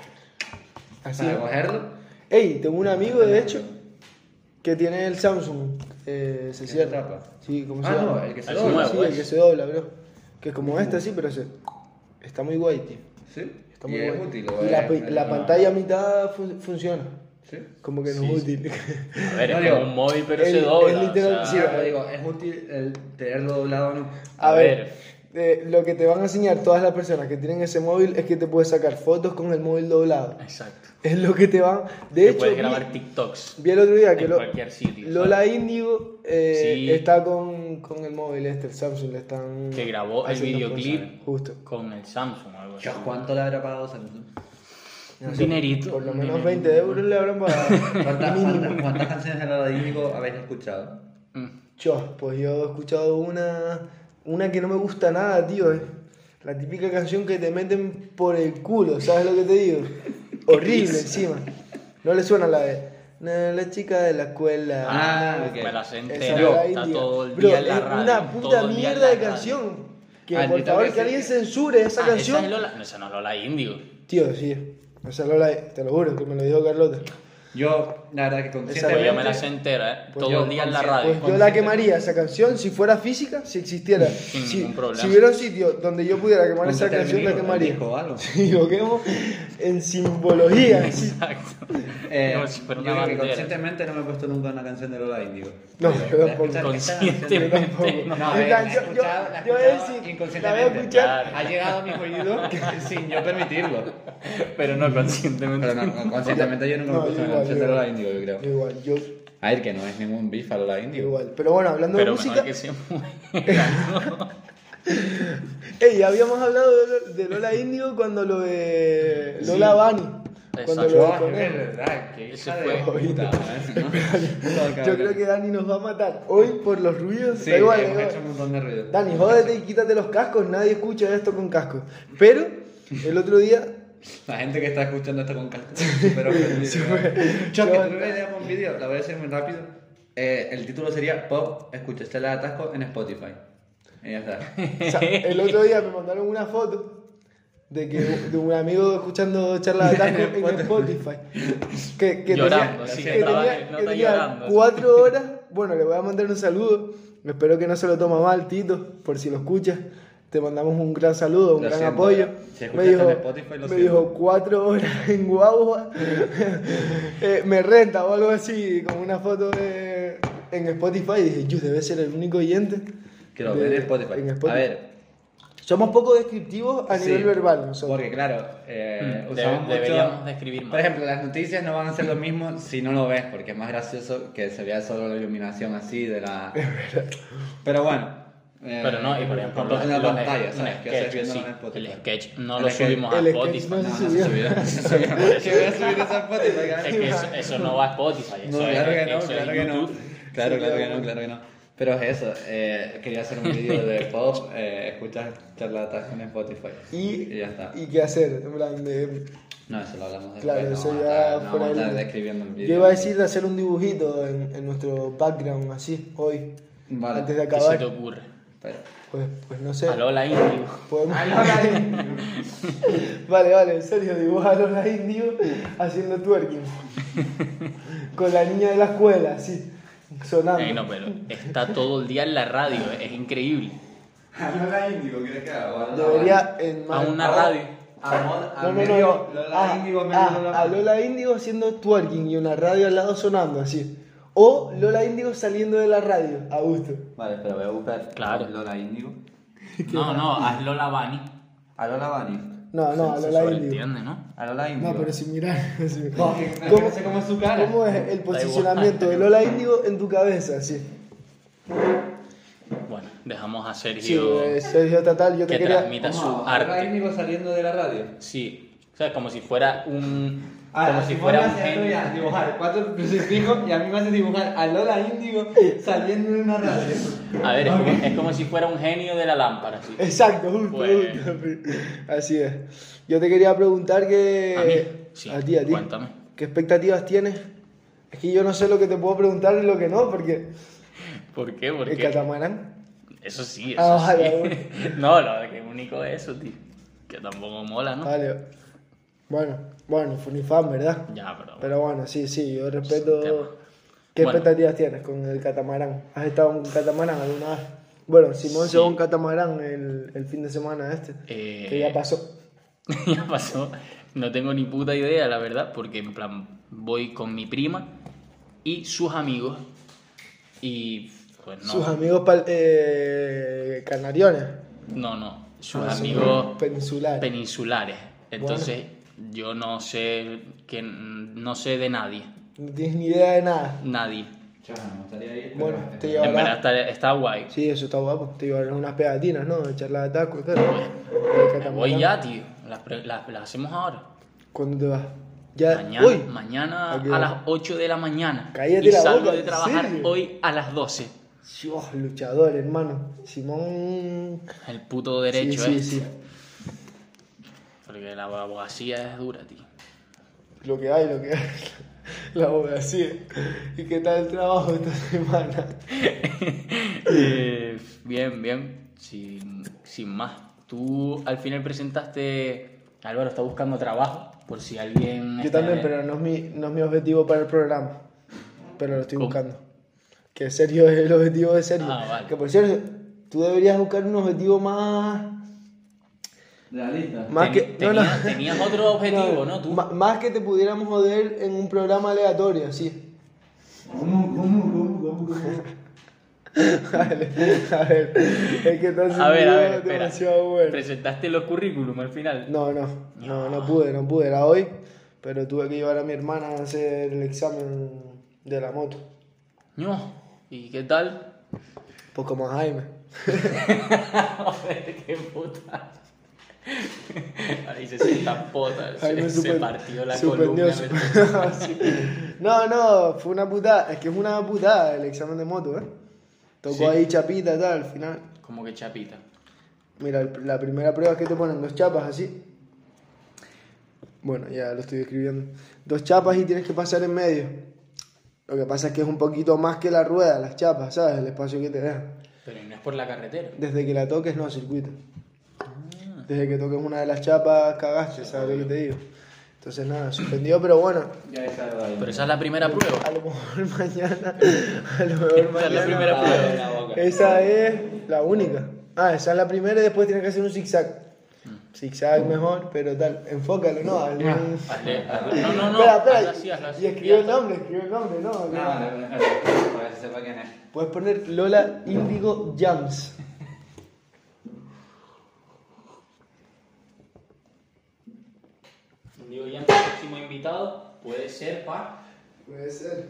Speaker 2: Así.
Speaker 4: Para cogerlo.
Speaker 2: Ey, tengo un amigo, de hecho, que tiene el Samsung. Eh, se
Speaker 4: ¿Qué
Speaker 2: cierra.
Speaker 4: tapa?
Speaker 2: Sí, como
Speaker 4: Ah,
Speaker 2: se llama.
Speaker 4: no, el que se
Speaker 3: El
Speaker 4: dobla.
Speaker 3: nuevo.
Speaker 2: Sí,
Speaker 3: pues.
Speaker 2: el que se dobla, bro. Que es como esta, sí, pero se... está muy guay, tío.
Speaker 4: Sí,
Speaker 2: Está
Speaker 4: y
Speaker 2: muy
Speaker 4: es
Speaker 2: guay.
Speaker 4: útil.
Speaker 2: y
Speaker 4: güey.
Speaker 2: la, pe-
Speaker 4: Es
Speaker 2: la
Speaker 4: una-
Speaker 2: pantalla a mitad fun- funciona.
Speaker 4: Sí.
Speaker 2: Como que no
Speaker 3: Sí,
Speaker 2: es
Speaker 3: sí.
Speaker 2: útil.
Speaker 3: A ver,
Speaker 4: No,
Speaker 3: es
Speaker 4: digo,
Speaker 3: como un móvil, pero se
Speaker 2: el-
Speaker 3: dobla.
Speaker 2: el literal-
Speaker 3: o
Speaker 4: Sí,
Speaker 3: sea,
Speaker 4: pero digo, es útil el tenerlo doblado o no.
Speaker 2: a
Speaker 3: A
Speaker 2: ver,
Speaker 3: ver.
Speaker 2: eh, lo que te van a enseñar todas las personas que tienen ese móvil es que te puedes sacar fotos con el móvil doblado.
Speaker 3: Exacto.
Speaker 2: Es lo que te van. De
Speaker 3: Te
Speaker 2: hecho,
Speaker 3: puedes
Speaker 2: vi-
Speaker 3: grabar TikToks.
Speaker 2: Vi el otro día que
Speaker 3: En
Speaker 2: lo-
Speaker 3: cualquier sitio,
Speaker 2: Lola
Speaker 3: ¿sabes?
Speaker 2: Índigo eh,
Speaker 3: Sí.
Speaker 2: está con, con el móvil este, el Samsung, le están...
Speaker 3: Que grabó el
Speaker 2: haciendo
Speaker 3: videoclip.
Speaker 2: cosas, eh, Justo.
Speaker 3: Con el Samsung o algo así.
Speaker 4: Dios, ¿Cuánto le habrá pagado Samsung?
Speaker 2: No
Speaker 3: Un
Speaker 2: sé,
Speaker 3: dinerito,
Speaker 2: Por lo
Speaker 3: un
Speaker 2: menos
Speaker 3: dinerito.
Speaker 2: 20 euros le habrán pagado.
Speaker 4: ¿Cuántas, cuántas, cuántas canciones de Lola Índigo habéis escuchado?
Speaker 3: Mm.
Speaker 2: Yo, pues yo he escuchado una, una que no me gusta nada, tío. eh. La típica canción que te meten por el culo, ¿sabes lo que te digo? Horrible encima. No le suena la de... "Na, La chica de la escuela.
Speaker 4: Ah, ok.
Speaker 3: Me las
Speaker 2: Esa
Speaker 3: entero.
Speaker 2: Lola
Speaker 3: Está
Speaker 2: Índigo.
Speaker 3: todo el
Speaker 2: Bro,
Speaker 3: día en la
Speaker 2: es
Speaker 3: radio.
Speaker 2: una puta
Speaker 3: todo el día en
Speaker 2: mierda
Speaker 3: la
Speaker 2: de
Speaker 3: radio.
Speaker 2: canción. Que
Speaker 4: Ah, yo
Speaker 2: por
Speaker 4: tengo
Speaker 2: favor
Speaker 4: que
Speaker 2: que
Speaker 4: decir
Speaker 2: alguien censure
Speaker 3: Ah,
Speaker 2: esa
Speaker 3: esa
Speaker 2: canción.
Speaker 3: es Lola. No, esa no es Lola Indio. Ah,
Speaker 2: Tío, sí. O sea, Lola, te lo juro que me lo dijo Carlota.
Speaker 4: Yo, la verdad que
Speaker 3: Pues yo
Speaker 4: conscientemente...
Speaker 3: me las entera, ¿eh?
Speaker 4: Pues
Speaker 3: todo
Speaker 4: yo
Speaker 3: el día en la
Speaker 4: consciente-
Speaker 3: radio.
Speaker 2: Pues yo la quemaría esa canción si fuera física, si existiera.
Speaker 3: Sin
Speaker 2: si,
Speaker 3: ningún problema.
Speaker 2: si hubiera un sitio donde yo pudiera quemar esa
Speaker 4: Ponte
Speaker 2: canción, la
Speaker 4: terminilo,
Speaker 2: quemaría.
Speaker 4: disco o algo.
Speaker 2: Y lo quemo en simbología. sí.
Speaker 3: Exacto.
Speaker 4: Eh,
Speaker 3: Como si fuera una
Speaker 4: yo creo que
Speaker 3: bandera.
Speaker 4: conscientemente no me he puesto nunca una canción de Lola Índigo.
Speaker 2: No,
Speaker 4: Pero,
Speaker 2: yo
Speaker 4: ¿la
Speaker 2: tampoco.
Speaker 4: escuchas? ¿Esta
Speaker 2: Yo
Speaker 3: Conscientemente.
Speaker 2: tampoco. En
Speaker 4: canción? No, a ver,
Speaker 2: plan,
Speaker 4: la
Speaker 2: yo-
Speaker 4: he
Speaker 2: yo-
Speaker 4: escuchado, la he
Speaker 2: yo voy a
Speaker 4: escuchado
Speaker 2: decir,
Speaker 4: inconscientemente.
Speaker 2: la voy a escuchar.
Speaker 4: Ha llegado a mis oídos sin yo permitirlo.
Speaker 3: Pero no conscientemente.
Speaker 4: Pero no, conscientemente yo nunca me
Speaker 2: No,
Speaker 4: he puesto
Speaker 2: yo
Speaker 4: una
Speaker 2: igual,
Speaker 4: canción
Speaker 2: yo
Speaker 4: de Lola
Speaker 2: igual.
Speaker 4: Índigo, yo creo.
Speaker 2: Yo igual, yo
Speaker 4: A ver, que no es ningún beef a Lola Índigo.
Speaker 2: igual. Pero bueno, hablando
Speaker 3: Pero
Speaker 2: de música.
Speaker 3: mejor que se muera.
Speaker 2: Ey, habíamos hablado de, de Lola Índigo cuando lo de Lola Bani. Cuando
Speaker 3: Exacto.
Speaker 2: lo de
Speaker 4: Ah,
Speaker 2: Conejo.
Speaker 4: es verdad, que
Speaker 3: Ese
Speaker 4: hija de
Speaker 3: fue-
Speaker 4: puta, ¿no?
Speaker 2: Yo creo que Dani nos va a matar hoy por los ruidos.
Speaker 4: Sí,
Speaker 2: da igual, da
Speaker 4: hemos
Speaker 2: igual.
Speaker 4: hecho un montón de ruido.
Speaker 2: Dani, jódete y quítate los cascos. Nadie escucha esto con cascos. Pero el otro día.
Speaker 4: La gente que está escuchando esto con casco. Pero Yo que tuve idea para un vídeo, la voy a decir muy rápido. Eh, el título sería Pop, escucha Estela de Atasco en Spotify. Y ya está.
Speaker 2: o sea, el otro día me mandaron una foto de, que, de un amigo escuchando charla de Tasco en Spotify. Que, que
Speaker 3: Llorando,
Speaker 2: tenía,
Speaker 3: sí,
Speaker 2: que
Speaker 3: estaba-
Speaker 2: tenía-
Speaker 3: no
Speaker 2: que
Speaker 3: está
Speaker 2: tenía
Speaker 3: llorando.
Speaker 2: cuatro horas. Bueno, le voy a mandar un saludo. Espero que no se lo toma mal, Tito, por si lo escuchas. Te mandamos un gran saludo, un
Speaker 4: Lo
Speaker 2: gran
Speaker 4: siento,
Speaker 2: apoyo.
Speaker 4: si
Speaker 2: me
Speaker 4: escuchaste
Speaker 2: dijo,
Speaker 4: en Spotify, lo
Speaker 2: me
Speaker 4: siento.
Speaker 2: dijo cuatro horas en Guagua. eh, me renta o algo así, como una foto de- en Spotify. Y dije, yo debe ser el único oyente.
Speaker 4: Que lo
Speaker 2: de-
Speaker 4: ven en Spotify.
Speaker 2: en Spotify.
Speaker 4: A ver.
Speaker 2: Somos poco descriptivos a
Speaker 4: sí,
Speaker 2: nivel verbal nosotros.
Speaker 4: Porque claro, eh,
Speaker 3: Mm,
Speaker 4: usamos
Speaker 3: de-
Speaker 4: mucho-
Speaker 3: deberíamos describir más.
Speaker 4: Por ejemplo, las noticias no van a ser lo mismo si no lo ves, porque es más gracioso que se vea solo la iluminación así de la... Pero bueno. eh,
Speaker 3: Pero no, y por ejemplo,
Speaker 4: en la
Speaker 3: los-
Speaker 4: pantalla,
Speaker 3: un
Speaker 4: ¿sabes? Que
Speaker 3: sketch,
Speaker 4: estás viendo
Speaker 3: sí,
Speaker 4: en Spotify.
Speaker 3: el sketch no
Speaker 4: El
Speaker 3: lo
Speaker 4: sketch-
Speaker 3: subimos a
Speaker 2: el sketch
Speaker 3: Spotify.
Speaker 2: no
Speaker 4: No, no
Speaker 2: se
Speaker 4: se
Speaker 2: subió.
Speaker 4: subió. no se subió. Que voy a subir esa Spotify,
Speaker 3: Es que eso, eso no va a Spotify. Eso
Speaker 4: No, claro
Speaker 3: es,
Speaker 4: que no,
Speaker 3: eso es
Speaker 4: claro que no.
Speaker 3: YouTube.
Speaker 4: Claro, claro que no, claro que no. Pero es eso, eh, quería hacer un vídeo de pop, eh, escuchas charlatas en Spotify.
Speaker 2: Y,
Speaker 4: ya está.
Speaker 2: ¿Y qué hacer? En plan de-
Speaker 4: No, eso lo hablamos después.
Speaker 2: claro,
Speaker 4: no
Speaker 2: eso
Speaker 4: vamos a
Speaker 2: ya
Speaker 4: estar- no
Speaker 2: fuera
Speaker 4: vamos a
Speaker 2: del-
Speaker 4: estar describiendo el vídeo.
Speaker 2: Yo iba a decir de hacer un dibujito en, en nuestro background, así, hoy.
Speaker 4: Vale.
Speaker 2: Antes de
Speaker 3: ¿Qué se te
Speaker 2: acabar.
Speaker 3: ocurre?
Speaker 4: Pero-
Speaker 2: Pues, pues no sé.
Speaker 3: A Lola Índigo.
Speaker 2: Podemos... vale, vale, en serio, dibuja a Lola Indio haciendo twerking. Con la niña de la escuela, así, sonando.
Speaker 3: Ey, no, pero está todo el día en la radio, es increíble.
Speaker 4: A Lola Índigo, ¿quieres que haga?
Speaker 2: Debería en
Speaker 3: A
Speaker 2: más-
Speaker 3: una radio.
Speaker 4: A, Mon- a
Speaker 2: No, no, no,
Speaker 4: medio
Speaker 2: no.
Speaker 4: Lola
Speaker 2: Ah,
Speaker 4: Índigo, medio
Speaker 2: ah,
Speaker 4: Lola-
Speaker 2: a Lola Índigo haciendo twerking y una radio al lado sonando así. O Lola Índigo saliendo de la radio, a gusto.
Speaker 4: Vale, pero voy a buscar
Speaker 3: Claro.
Speaker 4: Lola Índigo.
Speaker 3: No, no, haz Lola Bani.
Speaker 4: A Lola Bani.
Speaker 2: No, no, a
Speaker 3: Se
Speaker 2: Lola Índigo.
Speaker 3: sobreentiende, ¿no?
Speaker 4: A Lola Índigo.
Speaker 2: No, pero sin mirar. así.
Speaker 4: No, que- que
Speaker 2: ¿Cómo-
Speaker 4: no sé cómo es su cara.
Speaker 2: ¿Cómo es el
Speaker 3: igual.
Speaker 2: posicionamiento de Lola Índigo en tu cabeza? Así.
Speaker 3: Bueno, dejamos a
Speaker 2: Sí,
Speaker 3: Sergio
Speaker 2: eh, Sergio Tatal, yo te
Speaker 3: que
Speaker 2: quería.
Speaker 3: transmita su
Speaker 4: Vamos, a Lola
Speaker 3: arte.
Speaker 4: Índigo saliendo de la radio.
Speaker 3: Sí, o sea, como si fuera un.
Speaker 4: Ah,
Speaker 3: Como si fuera un genio.
Speaker 4: a dibujar cuatro crucifijos y a mí me hace dibujar a Lola Índigo saliendo de una radio.
Speaker 3: A ver, es como, es como si fuera un genio de la lámpara. sí.
Speaker 2: Exacto, justo,
Speaker 3: Pues-
Speaker 2: justo. Así es. Yo te quería preguntar que.
Speaker 3: ¿A mí? Sí,
Speaker 2: a ti, a ti.
Speaker 3: cuéntame.
Speaker 2: ¿Qué expectativas tienes? Es que yo no sé lo que te puedo preguntar y lo que no, porque.
Speaker 3: ¿Por qué?
Speaker 2: El
Speaker 3: Porque.
Speaker 2: catamarán.
Speaker 3: Eso sí, eso
Speaker 2: Ah,
Speaker 3: sí.
Speaker 2: vale,
Speaker 3: no, lo que único es eso, tío. Que tampoco mola, ¿no?
Speaker 2: Vale. Bueno, bueno, fue un infame, ¿verdad?
Speaker 3: Ya, pero.
Speaker 2: Pero bueno, sí, sí, yo
Speaker 3: Es un tema.
Speaker 2: respeto. ¿Qué
Speaker 3: Bueno.
Speaker 2: expectativas tienes con el catamarán? ¿Has estado en un catamarán alguna vez? Bueno, Simón se va a un catamarán el, el fin de semana este,
Speaker 3: Eh,
Speaker 2: que ya pasó.
Speaker 3: ya pasó. No tengo ni puta idea, la verdad, porque en plan voy con mi prima y sus amigos. Y pues no.
Speaker 2: Sus amigos pal- eh, canariones.
Speaker 3: No, no. Sus
Speaker 2: Ah,
Speaker 3: amigos
Speaker 2: peninsulares.
Speaker 3: peninsulares. Entonces, yo no sé que no sé de nadie.
Speaker 2: no tienes ni idea de nada.
Speaker 3: Nadie.
Speaker 4: me gustaría ir.
Speaker 2: Bueno, te
Speaker 3: En verdad
Speaker 2: llevarás.
Speaker 3: está, está guay.
Speaker 2: Sí, eso está guapo. Te llevarás unas pegatinas, ¿no? De charla de tacos, claro. El
Speaker 3: Me
Speaker 2: catamarán.
Speaker 3: voy ya, tío. Las, pre- las- las hacemos ahora.
Speaker 2: ¿Cuándo te vas? Ya.
Speaker 3: Mañana,
Speaker 2: Hoy.
Speaker 3: mañana
Speaker 2: ¿A
Speaker 3: a,
Speaker 2: qué hora?
Speaker 3: las 8 de la mañana.
Speaker 2: Cállate
Speaker 3: y
Speaker 2: la
Speaker 3: salgo
Speaker 2: boca,
Speaker 3: de
Speaker 2: ¿en
Speaker 3: trabajar
Speaker 2: serio?
Speaker 3: hoy a las 12.
Speaker 2: Dios, luchador, hermano. Simón.
Speaker 3: El puto derecho,
Speaker 2: sí,
Speaker 3: ¿eh?
Speaker 2: sí, sí.
Speaker 3: Porque la abogacía es dura, tío.
Speaker 2: Lo que hay, lo que hay. La abogacía. ¿Y qué tal el trabajo esta semana?
Speaker 3: Eh, bien, bien. Sin, sin más. Tú al final presentaste. Álvaro está buscando trabajo. Por si alguien. este,
Speaker 2: Yo
Speaker 3: está-
Speaker 2: también, pero no es mi, no es mi objetivo para el programa. pero lo estoy
Speaker 3: ¿Cómo?
Speaker 2: buscando. Que serio es el objetivo de serio.
Speaker 3: Ah, vale.
Speaker 2: Que por cierto, tú deberías buscar un objetivo más.
Speaker 4: Realista.
Speaker 2: más
Speaker 3: Ten-
Speaker 2: que. no, no.
Speaker 3: tenías, tenías otro objetivo, ¿no? Tú.
Speaker 2: Ma- Más que te pudiéramos joder en un programa aleatorio, sí. Vale, a ver, es que estás
Speaker 3: A ver, a ver, espera.
Speaker 2: demasiado bueno.
Speaker 3: Presentaste los currículum al final.
Speaker 2: No, no, no, no pude, no pude, era hoy, pero tuve que llevar a mi hermana a hacer el examen de la moto.
Speaker 3: No. ¿Y qué tal?
Speaker 2: Pues como a Jaime.
Speaker 3: Joder, qué puta. Ahí se sienta pota.
Speaker 2: Jaime
Speaker 3: Se, se
Speaker 2: supen-
Speaker 3: partió la
Speaker 2: suspendió
Speaker 3: columna.
Speaker 2: su- Ah, Sí. No, no, fue una putada, es que es una putada el examen de moto, ¿eh? Tocó
Speaker 3: Sí.
Speaker 2: ahí chapita y tal, al final.
Speaker 3: Como que chapita.
Speaker 2: Mira, el- la primera prueba es que te ponen dos chapas así. Bueno, ya lo estoy escribiendo. Dos chapas y tienes que pasar en medio. Lo que pasa es que es un poquito más que la rueda, las chapas, ¿sabes? El espacio que te dejan.
Speaker 3: Pero no es por la carretera.
Speaker 2: Desde que la toques, no, circuito.
Speaker 3: Ah.
Speaker 2: Desde que toques una de las chapas, cagaste, ¿sabes lo que te digo? Entonces nada, suspendido, pero bueno.
Speaker 4: Ya está
Speaker 3: Pero esa es la primera prueba.
Speaker 2: A lo mejor mañana. A lo mejor
Speaker 3: Esa es la
Speaker 2: mañana.
Speaker 4: Ah,
Speaker 3: primera prueba.
Speaker 2: Esa es la única. Ah, esa es la primera y después tienes que hacer un zigzag.
Speaker 3: Mm.
Speaker 2: Zigzag mejor, pero tal. Enfócalo, ¿no? Al-
Speaker 3: Hazle- hazle- Ah, No, no, no.
Speaker 2: espera, espera.
Speaker 3: hazlo así, hazlo así. Ah,
Speaker 2: Y escribió el nombre, escribió el nombre, ¿no?
Speaker 4: No, no, no, no, para que se sepa quién es.
Speaker 2: Puedes poner Lola Indigo Jams.
Speaker 3: Digo, ya el próximo invitado puede ser para
Speaker 2: Puede ser.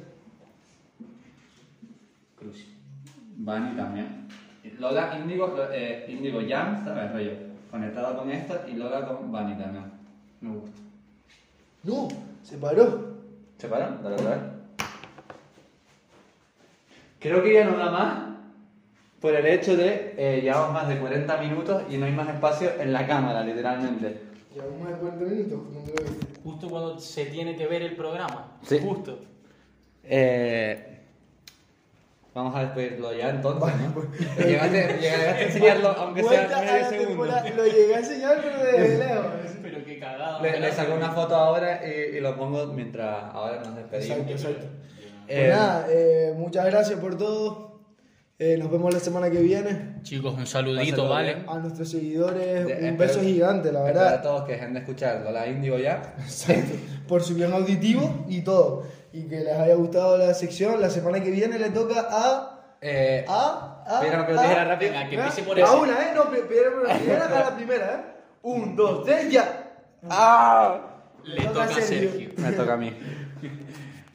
Speaker 3: Cruz.
Speaker 4: Vani también. Lola Indigo, eh, Indigo Jam, ¿sabes? Rollo. Conectada con esta y Lola con Vani también. Me gusta.
Speaker 2: No, se paró.
Speaker 4: ¿Se paran? Dale, dale. Creo que ya no da más por el hecho de eh, llevamos más de 40 minutos y no hay más espacio en la cámara, literalmente.
Speaker 2: Llevamos de 40 minutos. no te lo viste.
Speaker 3: Justo cuando se tiene que ver el programa.
Speaker 4: Sí.
Speaker 3: Justo.
Speaker 4: Eh, vamos a despedirlo ya entonces, ¿no? llegaste, llegaste a enseñarlo, aunque
Speaker 2: pues, Vuelta a
Speaker 4: sea medio
Speaker 2: la
Speaker 4: segundo.
Speaker 2: temporada. Lo llegué a enseñar, pero de lejos.
Speaker 3: Pero qué cagado.
Speaker 4: Le, le saco una foto ahora y, y lo pongo mientras ahora nos despedimos.
Speaker 2: Exacto, exacto. Pues
Speaker 4: Eh,
Speaker 2: nada, eh, muchas gracias por todo. Eh, nos vemos la semana que viene.
Speaker 3: Chicos, un saludito,
Speaker 4: Pásalo
Speaker 3: ¿vale?
Speaker 4: bien.
Speaker 2: A nuestros seguidores,
Speaker 4: De-
Speaker 2: un
Speaker 4: espero-
Speaker 2: beso gigante, la
Speaker 4: espero
Speaker 2: verdad.
Speaker 4: a todos que dejen de escucharlo, la Indigo ya.
Speaker 2: Exacto. Por su bien auditivo y todo. Y que les haya gustado la sección. La semana que viene le toca a.
Speaker 4: Eh,
Speaker 2: a. a.
Speaker 4: Mira, que lo
Speaker 2: a-
Speaker 4: dijera rápido.
Speaker 3: Venga, que
Speaker 2: ¿eh?
Speaker 3: empiece por
Speaker 2: A
Speaker 3: eso.
Speaker 2: una, ¿eh? No, pri- primero por la primera, a la primera, ¿eh? Un, dos, tres, ya. ¡Ah!
Speaker 3: Le toca a Sergio.
Speaker 4: Me toca a mí.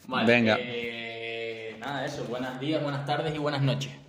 Speaker 3: Vale,
Speaker 4: Venga.
Speaker 3: eh, nada, eso. Buenos días, buenas tardes y buenas noches.